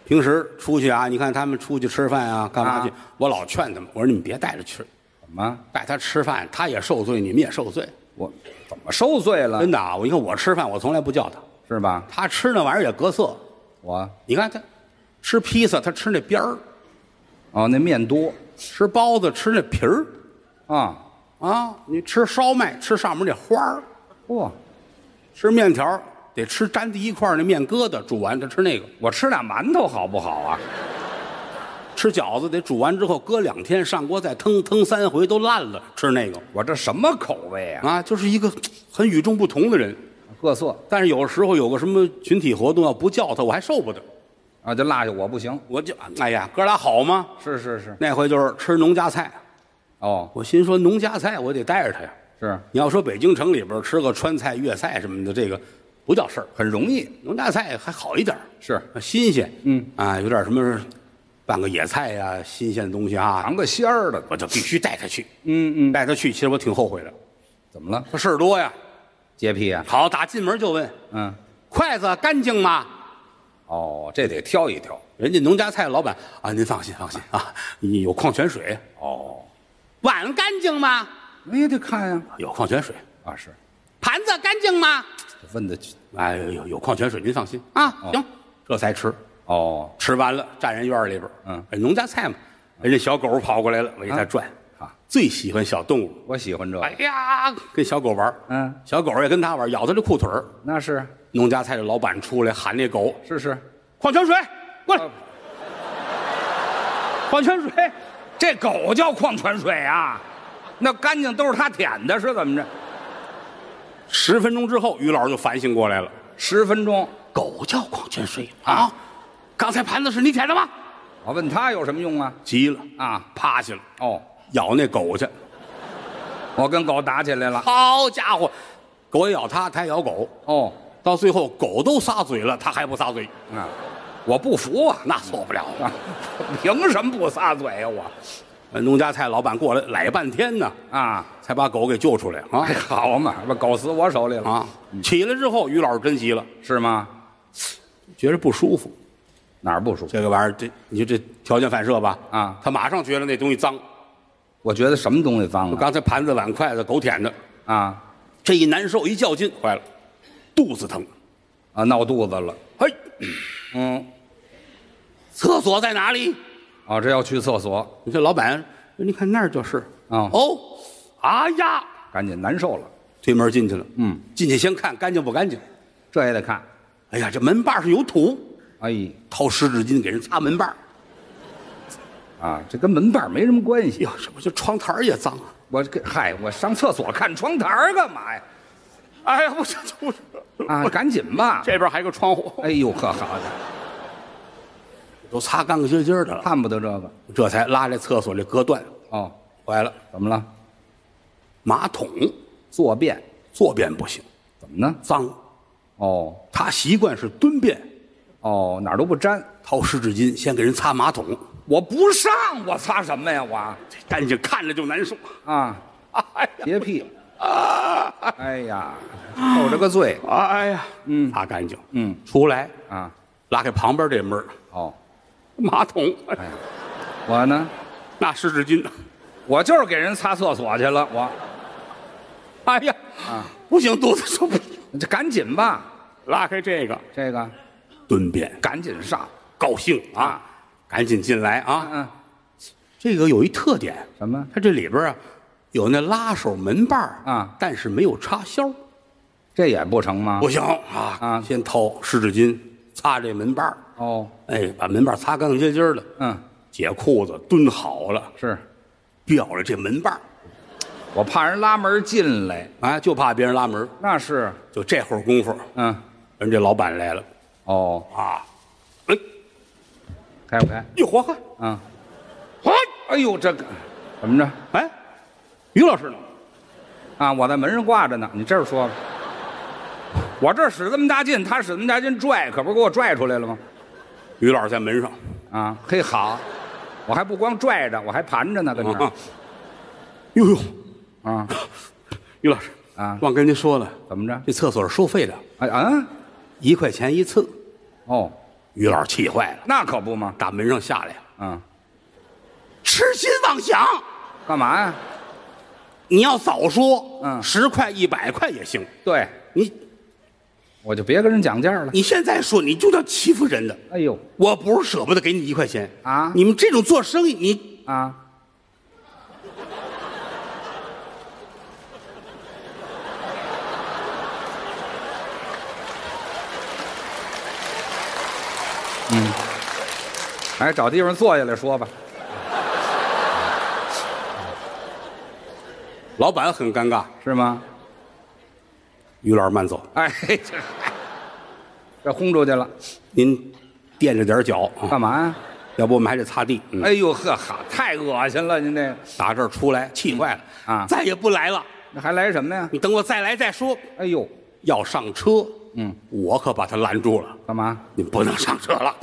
[SPEAKER 2] 平时出去啊，你看他们出去吃饭啊，干嘛去？
[SPEAKER 3] 啊
[SPEAKER 2] 我老劝他们，我说你们别带着去，
[SPEAKER 3] 怎么
[SPEAKER 2] 带他吃饭，他也受罪，你们也受罪。
[SPEAKER 3] 我怎么受罪了
[SPEAKER 2] 真？的啊，我一看我吃饭，我从来不叫他，
[SPEAKER 3] 是吧？
[SPEAKER 2] 他吃那玩意儿也隔色。
[SPEAKER 3] 我
[SPEAKER 2] 你看他吃披萨，他吃那边儿；
[SPEAKER 3] 哦，那面多
[SPEAKER 2] 吃包子，吃那皮儿。
[SPEAKER 3] 啊，
[SPEAKER 2] 啊，你吃烧麦，吃上面那花儿；
[SPEAKER 3] 嚯、
[SPEAKER 2] 吃面条儿得吃粘在一块儿那面疙瘩，煮完他吃那个；
[SPEAKER 3] 我吃俩馒头好不好啊？
[SPEAKER 2] 吃饺子得煮完之后搁两天，上锅再腾腾三回都烂了，吃那个。
[SPEAKER 3] 我这什么口味啊？
[SPEAKER 2] 啊，就是一个很与众不同的人。
[SPEAKER 3] 各色
[SPEAKER 2] 但是有时候有个什么群体活动要不叫他，我还受不得。
[SPEAKER 3] 啊，就落下我不行。
[SPEAKER 2] 我就哎呀，哥俩好吗？
[SPEAKER 3] 是是是，
[SPEAKER 2] 那回就是吃农家菜，
[SPEAKER 3] 哦，
[SPEAKER 2] 我心说农家菜我得带着他呀。
[SPEAKER 3] 是
[SPEAKER 2] 你要说北京城里边吃个川菜、粤菜什么的，这个不叫事儿。
[SPEAKER 3] 很容易，
[SPEAKER 2] 农家菜还好一点儿，
[SPEAKER 3] 是
[SPEAKER 2] 新鲜，
[SPEAKER 3] 嗯
[SPEAKER 2] 啊，有点什么拌个野菜呀、新鲜的东西啊，
[SPEAKER 3] 尝个鲜儿的。
[SPEAKER 2] 我就必须带他去，
[SPEAKER 3] 嗯嗯，
[SPEAKER 2] 带他去。其实我挺后悔的，
[SPEAKER 3] 怎么了？
[SPEAKER 2] 他事儿多呀。
[SPEAKER 3] 洁癖啊？
[SPEAKER 2] 好，打进门就问
[SPEAKER 3] 嗯，
[SPEAKER 2] 筷子干净吗？
[SPEAKER 3] 哦，这得挑一挑。
[SPEAKER 2] 人家农家菜老板啊，您放心放心啊，你有矿泉水，
[SPEAKER 3] 哦，
[SPEAKER 2] 碗干净吗？
[SPEAKER 3] 那也得看呀、
[SPEAKER 2] 有矿泉水，
[SPEAKER 3] 啊。是，
[SPEAKER 2] 盘子干净吗？
[SPEAKER 3] 这问的
[SPEAKER 2] 哎，有有矿泉水，您放心啊。
[SPEAKER 3] 哦
[SPEAKER 2] 行，这才吃，
[SPEAKER 3] 哦
[SPEAKER 2] 吃完了站人院儿里边儿，
[SPEAKER 3] 嗯
[SPEAKER 2] 哎，农家菜嘛，人家小狗跑过来了，我给它
[SPEAKER 3] 啊
[SPEAKER 2] 转，
[SPEAKER 3] 啊，
[SPEAKER 2] 最喜欢小动物。
[SPEAKER 3] 我喜欢这个。
[SPEAKER 2] 哎呀，跟小狗玩儿，
[SPEAKER 3] 嗯，
[SPEAKER 2] 小狗也跟他玩儿，咬他这裤腿儿。
[SPEAKER 3] 那是
[SPEAKER 2] 农家菜的老板出来喊那狗
[SPEAKER 3] 是是，：“
[SPEAKER 2] 矿泉水，过来
[SPEAKER 3] 啊，
[SPEAKER 2] 矿泉水。
[SPEAKER 3] 这狗叫矿泉水啊，那干净都是它舔的，是怎么着？”
[SPEAKER 2] 十分钟之后，于老师就反醒过来了：“
[SPEAKER 3] 十分钟，
[SPEAKER 2] 狗叫矿泉水啊！刚才盘子是你舔的吗
[SPEAKER 3] 我问他有什么用啊？？”
[SPEAKER 2] 急了，
[SPEAKER 3] 啊，
[SPEAKER 2] 趴下了，
[SPEAKER 3] 哦，
[SPEAKER 2] 咬那狗去。
[SPEAKER 3] 我跟狗打起来了。
[SPEAKER 2] 好家伙，狗也咬他，他也咬狗，
[SPEAKER 3] 哦，
[SPEAKER 2] 到最后狗都撒嘴了，他还不撒嘴，
[SPEAKER 3] 啊，我不服啊，
[SPEAKER 2] 那错不了
[SPEAKER 3] 啊，凭什么不撒嘴呀、我？
[SPEAKER 2] 呃农家菜老板过来来半天呢，
[SPEAKER 3] 啊，
[SPEAKER 2] 才把狗给救出来啊
[SPEAKER 3] 哎，好嘛，把狗死我手里了，
[SPEAKER 2] 啊！起来之后，于老师真急了，
[SPEAKER 3] 是吗？
[SPEAKER 2] 觉着不舒服。
[SPEAKER 3] 哪儿不舒服？
[SPEAKER 2] 这个玩意儿，这你说这条件反射吧？
[SPEAKER 3] 啊
[SPEAKER 2] 他马上觉得那东西脏，
[SPEAKER 3] 我觉得什么东西脏了
[SPEAKER 2] 刚才盘子、碗、筷子狗舔的，
[SPEAKER 3] 啊
[SPEAKER 2] 这一难受一较劲，坏了，肚子疼。
[SPEAKER 3] 啊，闹肚子了。
[SPEAKER 2] 嘿，
[SPEAKER 3] 嗯，
[SPEAKER 2] 厕所在哪里？
[SPEAKER 3] 哦，这要去厕所，
[SPEAKER 2] 你说老板，你看那儿就是
[SPEAKER 3] 啊
[SPEAKER 2] 哦，啊呀，
[SPEAKER 3] 赶紧难受了，
[SPEAKER 2] 推门进去了。
[SPEAKER 3] 嗯，
[SPEAKER 2] 进去先看干净不干净。
[SPEAKER 3] 这也得看。
[SPEAKER 2] 哎呀，这门把上有土，
[SPEAKER 3] 哎
[SPEAKER 2] 掏湿纸巾给人擦门把哎儿。
[SPEAKER 3] 啊，这跟门把没什么关系。
[SPEAKER 2] 哟，这不就窗台儿也脏啊？
[SPEAKER 3] 我这嗨，我上厕所看窗台儿干嘛呀？
[SPEAKER 2] 哎呀，我这就是 <laughs>
[SPEAKER 3] 啊，赶紧吧。
[SPEAKER 2] 这边还有个窗户，
[SPEAKER 3] 哎呦呵，好的，
[SPEAKER 2] 都擦干干净净的了，
[SPEAKER 3] 看不得这个。
[SPEAKER 2] 这才拉这厕所这隔断。
[SPEAKER 3] 哦，
[SPEAKER 2] 坏了，
[SPEAKER 3] 怎么了？
[SPEAKER 2] 马桶
[SPEAKER 3] 坐便
[SPEAKER 2] 坐便不行，
[SPEAKER 3] 怎么呢？
[SPEAKER 2] 脏。
[SPEAKER 3] 哦
[SPEAKER 2] 他习惯是蹲便，
[SPEAKER 3] 哦，哪儿都不沾。
[SPEAKER 2] 掏湿纸巾先给人擦马桶，
[SPEAKER 3] 我不上，我擦什么呀？我
[SPEAKER 2] 这干净看着就难受。
[SPEAKER 3] 啊，
[SPEAKER 2] 哎呀，
[SPEAKER 3] 洁癖。
[SPEAKER 2] 啊，
[SPEAKER 3] 哎呀，受这个罪
[SPEAKER 2] 哎呀，嗯，擦干净，
[SPEAKER 3] 嗯，
[SPEAKER 2] 出来，
[SPEAKER 3] 啊！
[SPEAKER 2] 拉开旁边这门儿
[SPEAKER 3] 哦，
[SPEAKER 2] 马桶，哎
[SPEAKER 3] 我呢，
[SPEAKER 2] 拿湿纸巾，
[SPEAKER 3] 我就是给人擦厕所去了。我
[SPEAKER 2] 哎呀，不行，肚子受不了。
[SPEAKER 3] 这赶紧吧，
[SPEAKER 2] 拉开这个
[SPEAKER 3] 这个
[SPEAKER 2] 蹲便，
[SPEAKER 3] 赶紧上。
[SPEAKER 2] 高兴啊，赶紧进来啊。
[SPEAKER 3] 嗯，
[SPEAKER 2] 这个有一特点，
[SPEAKER 3] 什么？
[SPEAKER 2] 它这里边啊有那拉手门把儿
[SPEAKER 3] 啊，
[SPEAKER 2] 但是没有插销，
[SPEAKER 3] 这也不成吗
[SPEAKER 2] 不？行啊
[SPEAKER 3] 啊
[SPEAKER 2] 先掏湿纸巾擦这门把儿，
[SPEAKER 3] 哦，
[SPEAKER 2] 哎，把门把儿擦干干净净的，
[SPEAKER 3] 嗯，
[SPEAKER 2] 解裤子蹲好了，
[SPEAKER 3] 是
[SPEAKER 2] 吊着这门把儿，
[SPEAKER 3] 我怕人拉门进来，
[SPEAKER 2] 啊，就怕别人拉门儿。
[SPEAKER 3] 那是
[SPEAKER 2] 就这会儿功夫，
[SPEAKER 3] 嗯，
[SPEAKER 2] 人家老板来了
[SPEAKER 3] 哦，
[SPEAKER 2] 啊，哎，
[SPEAKER 3] 开不开？
[SPEAKER 2] 你活开，
[SPEAKER 3] 嗯，
[SPEAKER 2] 活
[SPEAKER 3] 哎呦，这个怎么着
[SPEAKER 2] 开，哎，于老师呢？
[SPEAKER 3] 啊？我在门上挂着呢，你这儿说吧。我这儿使这么大劲，他使这么大劲拽，可不是给我拽出来了吗？
[SPEAKER 2] 于老师在门上，
[SPEAKER 3] 啊，嘿，好，我还不光拽着，我还盘着呢，跟这儿
[SPEAKER 2] 啊，呦呦，
[SPEAKER 3] 啊，
[SPEAKER 2] 于老师
[SPEAKER 3] 啊
[SPEAKER 2] 忘跟您说了，
[SPEAKER 3] 怎么着？
[SPEAKER 2] 这厕所是收费的，
[SPEAKER 3] 哎啊，
[SPEAKER 2] 一块钱一次。
[SPEAKER 3] 哦，
[SPEAKER 2] 于老师气坏了，
[SPEAKER 3] 那可不嘛，
[SPEAKER 2] 打门上下来，
[SPEAKER 3] 啊，
[SPEAKER 2] 痴心妄想。
[SPEAKER 3] 干嘛呀？
[SPEAKER 2] 你要早说，
[SPEAKER 3] 嗯
[SPEAKER 2] 十块一百块也行。
[SPEAKER 3] 对，
[SPEAKER 2] 你
[SPEAKER 3] 我就别跟人讲价了。
[SPEAKER 2] 你现在说，你就叫欺负人的。
[SPEAKER 3] 哎呦，
[SPEAKER 2] 我不是舍不得给你一块钱
[SPEAKER 3] 啊
[SPEAKER 2] 你们这种做生意，你
[SPEAKER 3] 啊，嗯，哎，找地方坐下来说吧。
[SPEAKER 2] 老板很尴尬。
[SPEAKER 3] 是吗？
[SPEAKER 2] 于老师慢走，
[SPEAKER 3] 哎，这这轰出去了，
[SPEAKER 2] 您垫着点脚啊，
[SPEAKER 3] 干嘛呀？
[SPEAKER 2] 要不我们还得擦地。嗯
[SPEAKER 3] 哎呦呵哈，太恶心了！您这个
[SPEAKER 2] 打这儿出来，气坏了
[SPEAKER 3] 嗯啊
[SPEAKER 2] 再也不来了。
[SPEAKER 3] 那还来什么呀？
[SPEAKER 2] 你等我再来再说。
[SPEAKER 3] 哎呦，
[SPEAKER 2] 要上车，嗯，我可把他拦住了。
[SPEAKER 3] 干嘛？
[SPEAKER 2] 你不能上车了，
[SPEAKER 3] 啊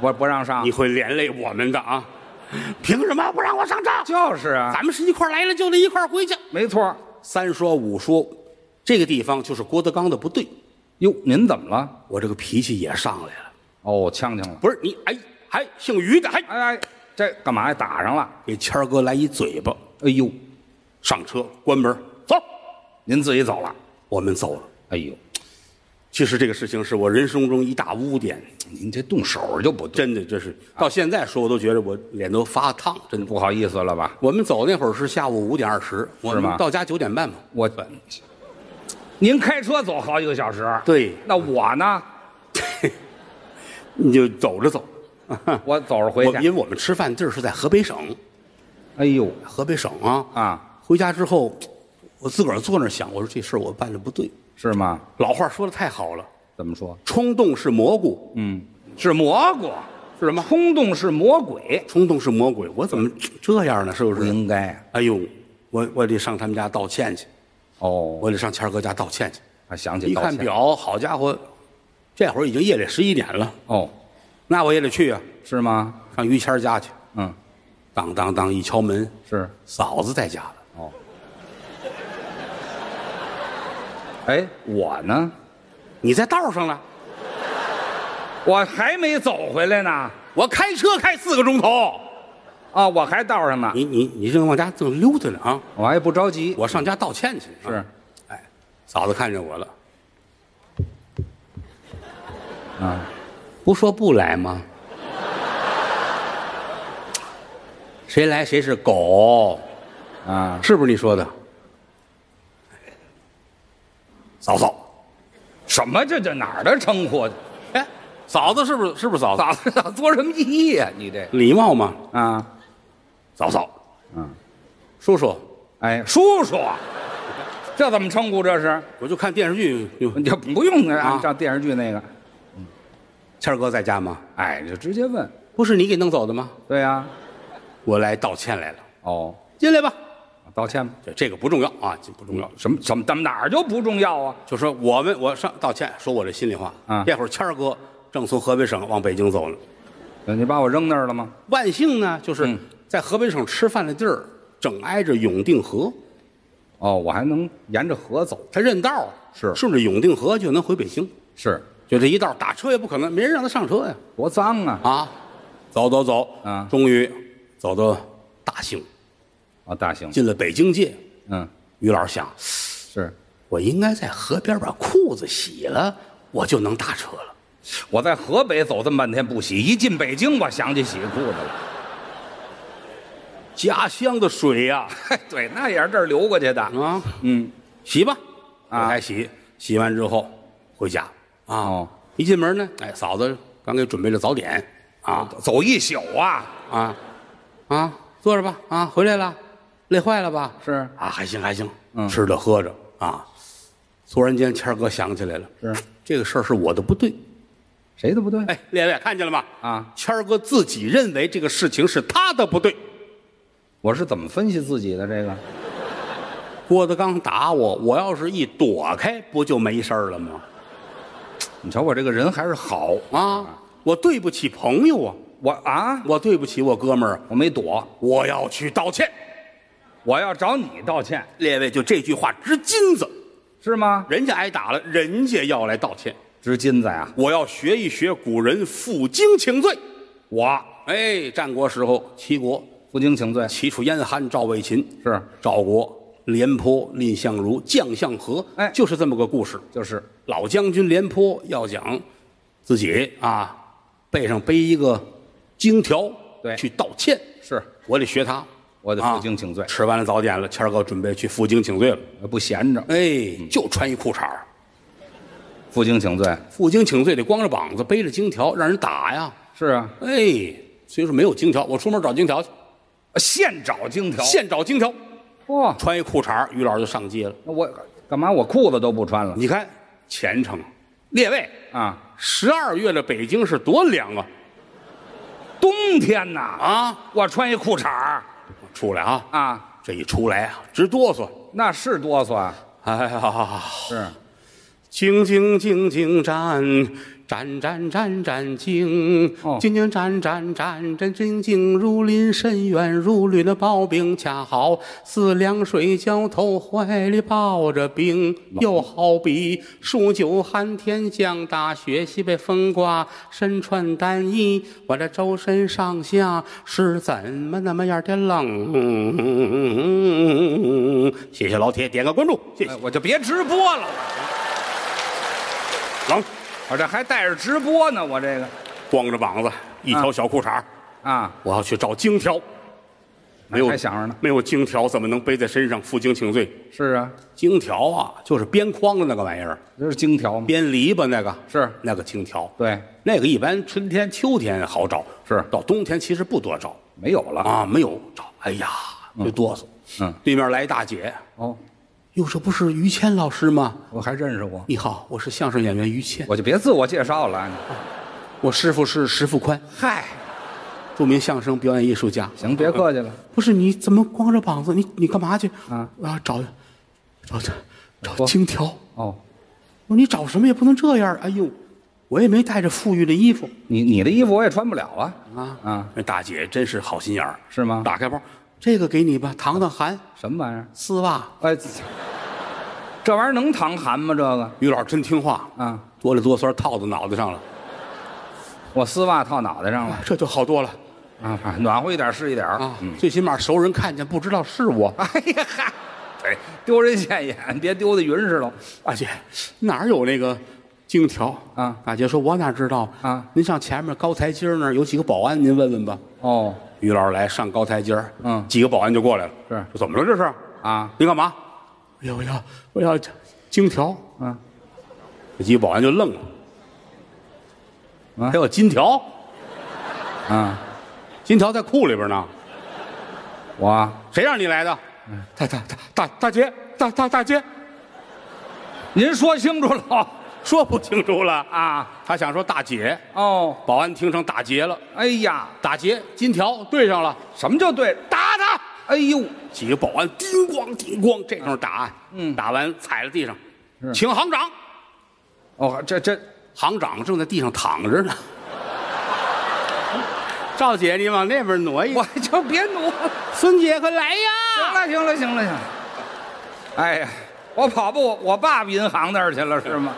[SPEAKER 3] 不不让上啊
[SPEAKER 2] 你？会连累我们的啊！凭什么不让我上车？
[SPEAKER 3] 就是啊
[SPEAKER 2] 咱，们是一块儿来了，就得一块儿回去。
[SPEAKER 3] 没错。
[SPEAKER 2] 三说五说，这个地方就是郭德纲的不对，
[SPEAKER 3] 哟，您怎么了？
[SPEAKER 2] 我这个脾气也上来了。
[SPEAKER 3] 哦，呛呛了。
[SPEAKER 2] 不是你，哎，还姓于的，还
[SPEAKER 3] 哎哎，这干嘛呀？打上了。
[SPEAKER 2] 给谦儿哥来一嘴巴。
[SPEAKER 3] 哎呦，
[SPEAKER 2] 上车，关门，走，
[SPEAKER 3] 您自己走了。
[SPEAKER 2] 我们走了。
[SPEAKER 3] 哎呦，
[SPEAKER 2] 其实这个事情是我人生中一大污点，
[SPEAKER 3] 您这动手就不对，
[SPEAKER 2] 真的，这是到现在说我都觉得我脸都发烫，真的。
[SPEAKER 3] 不好意思了吧？
[SPEAKER 2] 我们走那会儿是下午五点二十，我
[SPEAKER 3] 是吗
[SPEAKER 2] 们到家九点半嘛。
[SPEAKER 3] 我，您开车走好几个小时。
[SPEAKER 2] 对
[SPEAKER 3] 那我呢？
[SPEAKER 2] 你就走着走。
[SPEAKER 3] 我走着回
[SPEAKER 2] 我因为
[SPEAKER 3] 去。
[SPEAKER 2] 我们吃饭地儿是在河北省，
[SPEAKER 3] 哎呦
[SPEAKER 2] 河北省啊。
[SPEAKER 3] 啊，
[SPEAKER 2] 回家之后，我自个儿坐那儿想，我说这事儿我办的不对。
[SPEAKER 3] 是吗？
[SPEAKER 2] 老话说的太好了，
[SPEAKER 3] 怎么说？
[SPEAKER 2] 冲动是蘑菇，
[SPEAKER 3] 嗯，是蘑菇，是什么？冲动是魔鬼，
[SPEAKER 2] 冲动是魔鬼。我怎么
[SPEAKER 3] 嗯
[SPEAKER 2] 这样呢？是不
[SPEAKER 3] 不
[SPEAKER 2] 是？
[SPEAKER 3] 应该。啊
[SPEAKER 2] 哎呦，我我得上他们家道歉去，
[SPEAKER 3] 哦，
[SPEAKER 2] 我得上谦儿哥家道歉去。
[SPEAKER 3] 他想起
[SPEAKER 2] 一
[SPEAKER 3] 道
[SPEAKER 2] 看
[SPEAKER 3] 歉，
[SPEAKER 2] 表，好家伙，这会儿已经夜里十一点了，
[SPEAKER 3] 哦，
[SPEAKER 2] 那我也得去啊，
[SPEAKER 3] 是吗？
[SPEAKER 2] 上于谦儿家去。
[SPEAKER 3] 嗯，
[SPEAKER 2] 当当当，一敲门，
[SPEAKER 3] 是。
[SPEAKER 2] 嫂子在家了。
[SPEAKER 3] 哦，哎，我呢？
[SPEAKER 2] 你在道上了？
[SPEAKER 3] 我还没走回来呢，
[SPEAKER 2] 我开车开四个钟头。
[SPEAKER 3] 啊，我还道上呢，
[SPEAKER 2] 你你你正往家正溜达呢啊！
[SPEAKER 3] 我还不着急。
[SPEAKER 2] 我上家道歉去。啊
[SPEAKER 3] 是，
[SPEAKER 2] 哎，嫂子看见我了，
[SPEAKER 3] 啊，
[SPEAKER 2] 不说不来吗？谁来谁是狗，
[SPEAKER 3] 啊，
[SPEAKER 2] 是不是你说的？嫂嫂，
[SPEAKER 3] 什么这这哪儿的称呼？
[SPEAKER 2] 哎，嫂子是不是是不是嫂子？
[SPEAKER 3] 咋咋做什么意义呀、你这
[SPEAKER 2] 礼貌嘛，
[SPEAKER 3] 啊，
[SPEAKER 2] 嫂嫂，
[SPEAKER 3] 嗯，
[SPEAKER 2] 叔叔，
[SPEAKER 3] 哎，叔叔，这怎么称呼？这是？
[SPEAKER 2] 我就看电视剧，就
[SPEAKER 3] 你这不用
[SPEAKER 2] 啊
[SPEAKER 3] 按照电视剧那个，
[SPEAKER 2] 谦儿哥在家吗？
[SPEAKER 3] 哎，就直接问。
[SPEAKER 2] 不是你给弄走的吗？
[SPEAKER 3] 对呀、
[SPEAKER 2] 我来道歉来了，
[SPEAKER 3] 哦，
[SPEAKER 2] 进来吧。
[SPEAKER 3] 道歉吧。
[SPEAKER 2] 这这个不重要啊，这不重要。
[SPEAKER 3] 什么什么？怎么哪儿就不重要啊？
[SPEAKER 2] 就说我们我上道歉，说我这心里话。
[SPEAKER 3] 啊
[SPEAKER 2] 这会儿谦儿哥正从河北省往北京走呢。
[SPEAKER 3] 你把我扔那儿了吗？
[SPEAKER 2] 万幸呢，就是
[SPEAKER 3] 嗯
[SPEAKER 2] 在河北省吃饭的地儿，正挨着永定河，
[SPEAKER 3] 哦，我还能沿着河走。
[SPEAKER 2] 他认道儿
[SPEAKER 3] 是
[SPEAKER 2] 顺着永定河就能回北京。
[SPEAKER 3] 是，
[SPEAKER 2] 就这一道打车也不可能，没人让他上车呀。
[SPEAKER 3] 多脏啊！
[SPEAKER 2] 啊，走走走，
[SPEAKER 3] 啊
[SPEAKER 2] 终于走到大兴，
[SPEAKER 3] 啊，大兴，
[SPEAKER 2] 进了北京界。
[SPEAKER 3] 嗯，
[SPEAKER 2] 于老师想，
[SPEAKER 3] 是，
[SPEAKER 2] 我应该在河边把裤子洗了，我就能打车了。
[SPEAKER 3] 我在河北走这么半天不洗，一进北京我想起洗裤子了。
[SPEAKER 2] 家乡的水
[SPEAKER 3] <laughs>
[SPEAKER 2] 呀、
[SPEAKER 3] 嘿，对，那也是这儿流过去的。
[SPEAKER 2] 啊，
[SPEAKER 3] 嗯，
[SPEAKER 2] 洗吧，
[SPEAKER 3] 啊
[SPEAKER 2] 我才洗，洗完之后回家啊。
[SPEAKER 3] 哦
[SPEAKER 2] 一进门呢，哎，嫂子刚给准备了早点啊
[SPEAKER 3] 走一宿啊，
[SPEAKER 2] 啊啊，坐着吧啊，回来了，累坏了吧？
[SPEAKER 3] 是
[SPEAKER 2] 啊，还行还行，
[SPEAKER 3] 嗯
[SPEAKER 2] 吃着喝着啊。突然间，谦儿哥想起来了，
[SPEAKER 3] 是
[SPEAKER 2] 这个事儿是我的不对。
[SPEAKER 3] 谁都不对。
[SPEAKER 2] 哎，列位看见了吗？
[SPEAKER 3] 啊，
[SPEAKER 2] 谦儿哥自己认为这个事情是他的不对。
[SPEAKER 3] 我是怎么分析自己的这个？
[SPEAKER 2] 郭德纲打我，我要是一躲开，不就没事儿了吗？
[SPEAKER 3] 你瞧我这个人还是好
[SPEAKER 2] 啊，我对不起朋友啊。
[SPEAKER 3] 我啊，
[SPEAKER 2] 我对不起我哥们儿，啊
[SPEAKER 3] 我没躲，
[SPEAKER 2] 我要去道歉。
[SPEAKER 3] 我要找你道歉
[SPEAKER 2] 列位，就这句话值金子，
[SPEAKER 3] 是吗？
[SPEAKER 2] 人家挨打了，人家要来道歉。
[SPEAKER 3] 值金子呀！
[SPEAKER 2] 我要学一学古人负荆请罪。
[SPEAKER 3] 我
[SPEAKER 2] 哎，战国时候，齐国
[SPEAKER 3] 负荆请罪
[SPEAKER 2] 齐楚燕韩赵魏秦
[SPEAKER 3] 是
[SPEAKER 2] 赵国廉颇、蔺相如、将相和，
[SPEAKER 3] 哎
[SPEAKER 2] 就是这么个故事。
[SPEAKER 3] 就是
[SPEAKER 2] 老将军廉颇要讲自己啊，背上背一个荆条，
[SPEAKER 3] 对
[SPEAKER 2] 去道歉。
[SPEAKER 3] 是，
[SPEAKER 2] 我得学他，
[SPEAKER 3] 我得负荆请罪
[SPEAKER 2] 啊吃完了早点了，谦儿哥准备去负荆请罪了。
[SPEAKER 3] 不闲着，
[SPEAKER 2] 哎，就穿一裤衩儿
[SPEAKER 3] 负荆请罪
[SPEAKER 2] 负荆请罪得光着膀子，背着荆条，让人打呀。
[SPEAKER 3] 是啊，
[SPEAKER 2] 哎，所以说没有荆条，我出门找荆条去，
[SPEAKER 3] 现找荆条。
[SPEAKER 2] 现找荆条。
[SPEAKER 3] 哇，
[SPEAKER 2] 穿一裤衩儿于老师就上街了。
[SPEAKER 3] 那我干嘛？我裤子都不穿了
[SPEAKER 2] 你看，虔诚，列位，
[SPEAKER 3] 啊！
[SPEAKER 2] 十二月的北京是多凉啊
[SPEAKER 3] 冬天呐，
[SPEAKER 2] 啊！
[SPEAKER 3] 我穿一裤衩儿
[SPEAKER 2] 出来啊，
[SPEAKER 3] 啊，
[SPEAKER 2] 这一出来啊，直哆嗦。
[SPEAKER 3] 那是哆嗦啊，
[SPEAKER 2] 哎呀，
[SPEAKER 3] 是
[SPEAKER 2] 兢兢兢兢战，战战战战兢，
[SPEAKER 3] 哦
[SPEAKER 2] 兢兢战战战战兢兢，如临深渊，如履的刨冰，恰好似凉水浇头，怀里抱着冰，又好比数九寒天降大雪，西北风刮，身穿单衣，我这周身上下是怎么那么样的冷？谢谢老铁，点个关注，谢谢
[SPEAKER 3] 哎，我就别直播了，我
[SPEAKER 2] 冷。
[SPEAKER 3] 我这还带着直播呢，我这个
[SPEAKER 2] 光着膀子，一条小裤衩儿、
[SPEAKER 3] 啊，
[SPEAKER 2] 我要去找荆条。没有
[SPEAKER 3] 还想着呢，
[SPEAKER 2] 没有荆条怎么能背在身上负荆请罪？
[SPEAKER 3] 是啊，
[SPEAKER 2] 荆条啊，就是编筐的那个玩意儿，
[SPEAKER 3] 这是荆条吗？
[SPEAKER 2] 编篱笆那个
[SPEAKER 3] 是
[SPEAKER 2] 那个荆条。
[SPEAKER 3] 对，
[SPEAKER 2] 那个一般春天、秋天好找，
[SPEAKER 3] 是
[SPEAKER 2] 到冬天其实不多找
[SPEAKER 3] 没有了。
[SPEAKER 2] 啊，没有找。哎呀，就哆嗦。
[SPEAKER 3] 嗯
[SPEAKER 2] 对面来一大姐，
[SPEAKER 3] 哦，
[SPEAKER 2] 哟，这不是于谦老师吗？
[SPEAKER 3] 我还认识我，
[SPEAKER 2] 你好，我是相声演员于谦，
[SPEAKER 3] 我就别自我介绍了。
[SPEAKER 2] 我师傅是石富宽，
[SPEAKER 3] 嗨，
[SPEAKER 2] 著名相声表演艺术家。
[SPEAKER 3] 行，别客气了，
[SPEAKER 2] 不是你怎么光着膀子？你你干嘛去？
[SPEAKER 3] 啊
[SPEAKER 2] 找找找
[SPEAKER 3] 说
[SPEAKER 2] 荆条。
[SPEAKER 3] 哦，
[SPEAKER 2] 我说你找什么也不能这样。哎呦，我也没带着富裕的衣服
[SPEAKER 3] 你你的衣服我也穿不了啊，
[SPEAKER 2] 啊
[SPEAKER 3] 啊，
[SPEAKER 2] 那大姐真是好心眼儿，
[SPEAKER 3] 是吗？
[SPEAKER 2] 打开包，这个给你吧，糖糖寒
[SPEAKER 3] 什么玩意儿？
[SPEAKER 2] 丝袜。
[SPEAKER 3] 哎， <laughs> 这玩意儿能淌汗吗？这个
[SPEAKER 2] 于老师真听话，
[SPEAKER 3] 啊，
[SPEAKER 2] 哆里哆嗦套到脑袋上了，
[SPEAKER 3] 我丝袜套脑袋上了
[SPEAKER 2] 这就好多了
[SPEAKER 3] 啊，暖和一点是一点儿
[SPEAKER 2] 啊。
[SPEAKER 3] 嗯
[SPEAKER 2] 最起码熟人看见不知道是我。啊
[SPEAKER 3] 哎呀嗨，对，哎丢人现眼，别丢的云似的。
[SPEAKER 2] 大姐，哪儿有那个荆条
[SPEAKER 3] 啊？
[SPEAKER 2] 大姐说，我哪知道
[SPEAKER 3] 啊
[SPEAKER 2] 您上前面高台阶儿那儿有几个保安，您问问吧。
[SPEAKER 3] 哦，
[SPEAKER 2] 于老师来上高台阶儿
[SPEAKER 3] 嗯
[SPEAKER 2] 几个保安就过来了，
[SPEAKER 3] 是
[SPEAKER 2] 说怎么了这是？
[SPEAKER 3] 啊，
[SPEAKER 2] 你干嘛？哎呀，我要我要金条，
[SPEAKER 3] 嗯，
[SPEAKER 2] 这几个保安就愣了，
[SPEAKER 3] 啊
[SPEAKER 2] 还有金条，
[SPEAKER 3] 啊，
[SPEAKER 2] 金条在裤里边呢，
[SPEAKER 3] 我啊
[SPEAKER 2] 谁让你来的？嗯大大大大大姐，大大大姐，
[SPEAKER 3] 您说清楚了
[SPEAKER 2] <laughs>
[SPEAKER 3] <laughs>
[SPEAKER 2] 说不清楚了啊！
[SPEAKER 3] 啊。
[SPEAKER 2] 他想说大姐，
[SPEAKER 3] 哦，
[SPEAKER 2] 保安听成打劫了，
[SPEAKER 3] 哎呀，
[SPEAKER 2] 打劫金条对上了，
[SPEAKER 3] 什么叫对？
[SPEAKER 2] 打他！
[SPEAKER 3] 哎呦，
[SPEAKER 2] 几个保安叮咣叮咣，这时候打，
[SPEAKER 3] 嗯
[SPEAKER 2] 打完踩在地上，
[SPEAKER 3] 是
[SPEAKER 2] 请行长。
[SPEAKER 3] 哦，这这
[SPEAKER 2] 行长正在地上躺着呢。赵姐，你往那边挪一
[SPEAKER 3] 我就别挪了。
[SPEAKER 2] 孙姐，快来
[SPEAKER 3] 行
[SPEAKER 2] 呀！
[SPEAKER 3] 了，行了，行了，行了。哎呀，我跑步，我爸爸银行那儿去了是吗？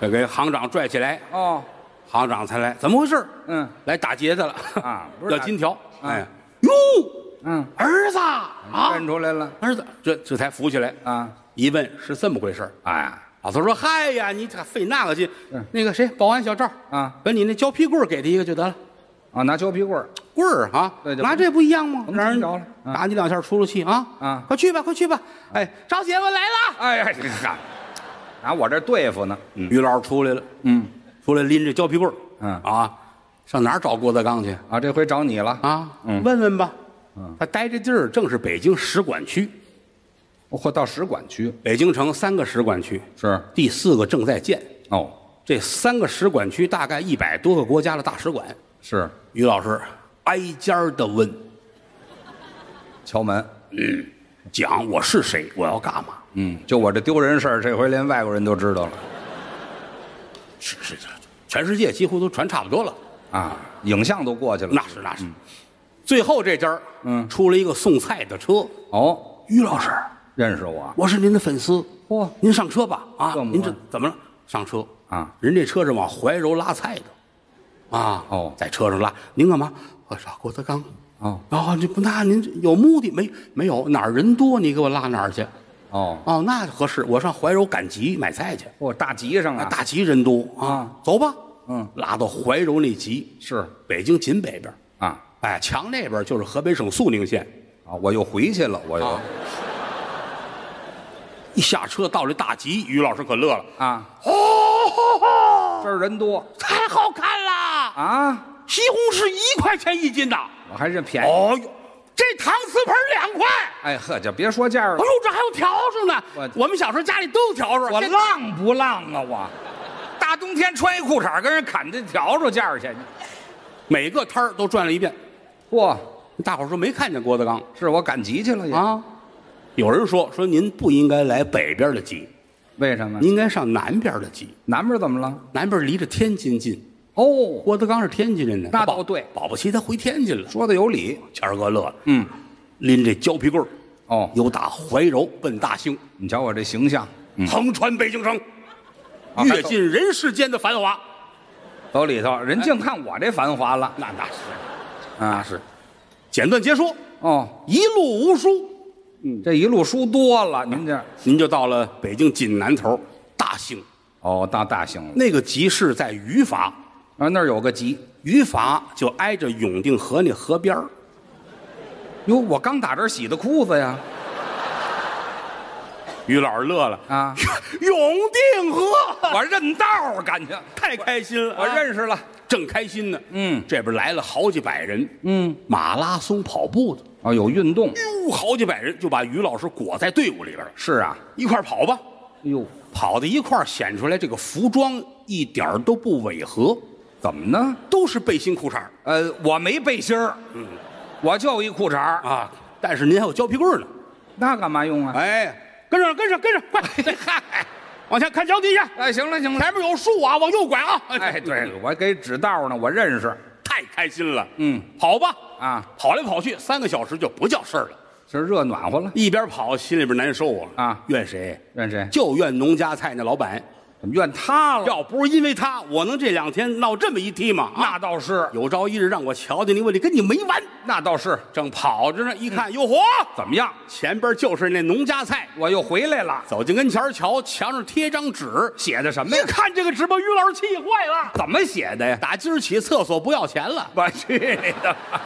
[SPEAKER 2] 这给行长拽起来，
[SPEAKER 3] 哦，
[SPEAKER 2] 行长才来，怎么回事？
[SPEAKER 3] 嗯
[SPEAKER 2] 来打劫的了
[SPEAKER 3] 啊不是
[SPEAKER 2] 要
[SPEAKER 3] 打
[SPEAKER 2] 金条。
[SPEAKER 3] 啊
[SPEAKER 2] 哎，哟，
[SPEAKER 3] 嗯，
[SPEAKER 2] 儿子啊，
[SPEAKER 3] 认出来了
[SPEAKER 2] 儿子，这这才扶起来。
[SPEAKER 3] 啊。
[SPEAKER 2] 一问是这么回事儿
[SPEAKER 3] 哎，
[SPEAKER 2] 老头说：“嗨呀，你这费那个劲
[SPEAKER 3] 嗯。
[SPEAKER 2] 那个谁，保安小赵
[SPEAKER 3] 啊，
[SPEAKER 2] 把你那胶皮棍儿给他一个就得了。
[SPEAKER 3] 啊，拿胶皮棍儿
[SPEAKER 2] 棍儿啊，
[SPEAKER 3] 对就
[SPEAKER 2] 拿这不一样吗？
[SPEAKER 3] 甭
[SPEAKER 2] 让人
[SPEAKER 3] 着了嗯
[SPEAKER 2] 打你两下出出气啊！
[SPEAKER 3] 啊嗯
[SPEAKER 2] 快去吧，快去吧！哎，赵姐，我来了。
[SPEAKER 3] 哎呀，你看，拿我这对付呢。
[SPEAKER 2] 于老师出来了，
[SPEAKER 3] 嗯，
[SPEAKER 2] 出来拎着胶皮棍儿，
[SPEAKER 3] 嗯
[SPEAKER 2] 啊，上哪儿找郭德纲去
[SPEAKER 3] 啊，这回找你了。
[SPEAKER 2] 啊？
[SPEAKER 3] 嗯
[SPEAKER 2] 问问吧。
[SPEAKER 3] 嗯
[SPEAKER 2] 他待这地儿正是北京使馆区，
[SPEAKER 3] 或到使馆区
[SPEAKER 2] 北京城三个使馆区，
[SPEAKER 3] 是
[SPEAKER 2] 第四个正在建。
[SPEAKER 3] 哦，
[SPEAKER 2] 这三个使馆区大概一百多个国家的大使馆。
[SPEAKER 3] 是
[SPEAKER 2] 于老师挨家的问，
[SPEAKER 3] 敲门。
[SPEAKER 2] 讲我是谁，我要干嘛？
[SPEAKER 3] 嗯，就我这丢人事儿，这回连外国人都知道了。
[SPEAKER 2] 是是是，全世界几乎都传差不多了。
[SPEAKER 3] 啊，影像都过去了。
[SPEAKER 2] 那是那是。最后这家嗯，出了一个送菜的车，
[SPEAKER 3] 哦，
[SPEAKER 2] 于老师，
[SPEAKER 3] 认识我
[SPEAKER 2] 我是您的粉丝，
[SPEAKER 3] 嚯
[SPEAKER 2] 您上车吧啊
[SPEAKER 3] 这，么
[SPEAKER 2] 您
[SPEAKER 3] 快
[SPEAKER 2] 这怎么了？上车
[SPEAKER 3] 啊，
[SPEAKER 2] 人这车是往怀柔拉菜的，啊
[SPEAKER 3] 哦
[SPEAKER 2] 在车上拉，您干嘛？我说郭德纲。
[SPEAKER 3] 哦
[SPEAKER 2] 啊，这不那您这有目的没？没有哪儿人多，你给我拉哪儿去？
[SPEAKER 3] 哦，
[SPEAKER 2] 哦，那合适。我上怀柔赶集买菜去，
[SPEAKER 3] 我大集上
[SPEAKER 2] 那
[SPEAKER 3] 啊，
[SPEAKER 2] 大集人多啊
[SPEAKER 3] 啊，
[SPEAKER 2] 走吧。
[SPEAKER 3] 嗯，
[SPEAKER 2] 拉到怀柔那集，
[SPEAKER 3] 是
[SPEAKER 2] 北京紧北边，
[SPEAKER 3] 啊
[SPEAKER 2] 哎，墙那边就是河北省肃宁县。
[SPEAKER 3] 啊，我又回去了，我又
[SPEAKER 2] 啊一下车到这大集，于老师可乐了，
[SPEAKER 3] 啊，
[SPEAKER 2] 哦，
[SPEAKER 3] 这儿人多
[SPEAKER 2] 太好看啦！
[SPEAKER 3] 啊，
[SPEAKER 2] 西红柿一块钱一斤呐，
[SPEAKER 3] 我还是便宜。
[SPEAKER 2] 哦呦，这搪瓷盆两块，
[SPEAKER 3] 哎呵，就别说价
[SPEAKER 2] 哎
[SPEAKER 3] 了
[SPEAKER 2] 呦，，这还有笤帚呢。
[SPEAKER 3] 我
[SPEAKER 2] 我们小时候家里都有笤帚，
[SPEAKER 3] 我
[SPEAKER 2] 现在
[SPEAKER 3] 浪不浪啊我？大冬天穿一裤衩跟人砍这笤帚价去，
[SPEAKER 2] 每个摊儿都转了一遍。
[SPEAKER 3] 嚯，
[SPEAKER 2] 大伙儿说没看见郭德纲
[SPEAKER 3] 是我赶集去了也？
[SPEAKER 2] 啊？有人说说您不应该来北边的集，
[SPEAKER 3] 为什么？
[SPEAKER 2] 您应该上南边的集。
[SPEAKER 3] 南边怎么了？
[SPEAKER 2] 南边离着天津近，
[SPEAKER 3] 哦，
[SPEAKER 2] 郭德纲是天津人呢，
[SPEAKER 3] 那
[SPEAKER 2] 保
[SPEAKER 3] 倒对
[SPEAKER 2] 保不齐他回天津了。
[SPEAKER 3] 说的有理。
[SPEAKER 2] 谦儿哥乐了，
[SPEAKER 3] 嗯，
[SPEAKER 2] 拎这胶皮棍儿，
[SPEAKER 3] 哦，
[SPEAKER 2] 由打怀柔奔大兴，
[SPEAKER 3] 你瞧我这形象，
[SPEAKER 2] 横穿北京城，
[SPEAKER 3] 嗯啊
[SPEAKER 2] 阅尽人世间的繁华。
[SPEAKER 3] 走里头，人净看我这繁华了。
[SPEAKER 2] 那那是
[SPEAKER 3] 啊，
[SPEAKER 2] 是，简短结说，
[SPEAKER 3] 哦，
[SPEAKER 2] 一路无书，
[SPEAKER 3] 这一路书多了，您这
[SPEAKER 2] 您就到了北京锦南头大兴。
[SPEAKER 3] 哦，到大兴了
[SPEAKER 2] 那个集市在于筏，
[SPEAKER 3] 啊，那儿有个集。
[SPEAKER 2] 于筏就挨着永定河那河边儿
[SPEAKER 3] 哟，我刚打这儿洗的裤子呀！
[SPEAKER 2] 于老师乐了
[SPEAKER 3] 啊，
[SPEAKER 2] <laughs> 永定河，
[SPEAKER 3] 我认道儿，感情
[SPEAKER 2] 太开心了，啊
[SPEAKER 3] 我认识了。
[SPEAKER 2] 正开心呢。
[SPEAKER 3] 嗯
[SPEAKER 2] 这边来了好几百人，
[SPEAKER 3] 嗯，
[SPEAKER 2] 马拉松跑步的，
[SPEAKER 3] 哦，有运动
[SPEAKER 2] 哟，好几百人就把于老师裹在队伍里边了，
[SPEAKER 3] 是啊。哎
[SPEAKER 2] 一块儿跑吧。
[SPEAKER 3] 哟，
[SPEAKER 2] 跑到一块儿显出来，这个服装一点儿都不违和，
[SPEAKER 3] 怎么呢？嗯
[SPEAKER 2] 都是背心裤衩儿
[SPEAKER 3] 呃，我没背心儿，我就一裤衩儿，
[SPEAKER 2] 啊。但是您还有胶皮棍儿呢，
[SPEAKER 3] 那干嘛用啊？
[SPEAKER 2] 哎，跟上，跟上，跟上，
[SPEAKER 3] <laughs>
[SPEAKER 2] 快！嗨，往前看脚底下，
[SPEAKER 3] 哎，行了行了，
[SPEAKER 2] 前面有树啊，往右拐啊！
[SPEAKER 3] 哎，对了，我给指道呢，我认识
[SPEAKER 2] <laughs> 太开心了。
[SPEAKER 3] 嗯，
[SPEAKER 2] 跑吧，
[SPEAKER 3] 啊，
[SPEAKER 2] 跑来跑去三个小时就不叫事儿了。
[SPEAKER 3] 这热暖和了。
[SPEAKER 2] 一边跑心里边难受啊
[SPEAKER 3] 啊哦
[SPEAKER 2] 怨谁？
[SPEAKER 3] 怨谁？
[SPEAKER 2] 就怨农家菜那老板。
[SPEAKER 3] 怎么怨他了？啊
[SPEAKER 2] 要不是因为他，我能这两天闹这么一踢吗？啊，
[SPEAKER 3] 那倒是，
[SPEAKER 2] 有朝一日让我瞧见你，我得跟你没完。
[SPEAKER 3] 那倒是，
[SPEAKER 2] 正跑着呢，一看，哟嚯，
[SPEAKER 3] 怎么样？
[SPEAKER 2] 前边就是那农家菜。
[SPEAKER 3] 我又回来了，
[SPEAKER 2] 走近跟前儿瞧，墙上贴张纸，
[SPEAKER 3] 写的什么
[SPEAKER 2] 一
[SPEAKER 3] 呀？
[SPEAKER 2] 看这个纸，把于老师气坏了。
[SPEAKER 3] 怎么写的呀？
[SPEAKER 2] 打今儿起，厕所不要钱了。
[SPEAKER 3] 我去你的吧！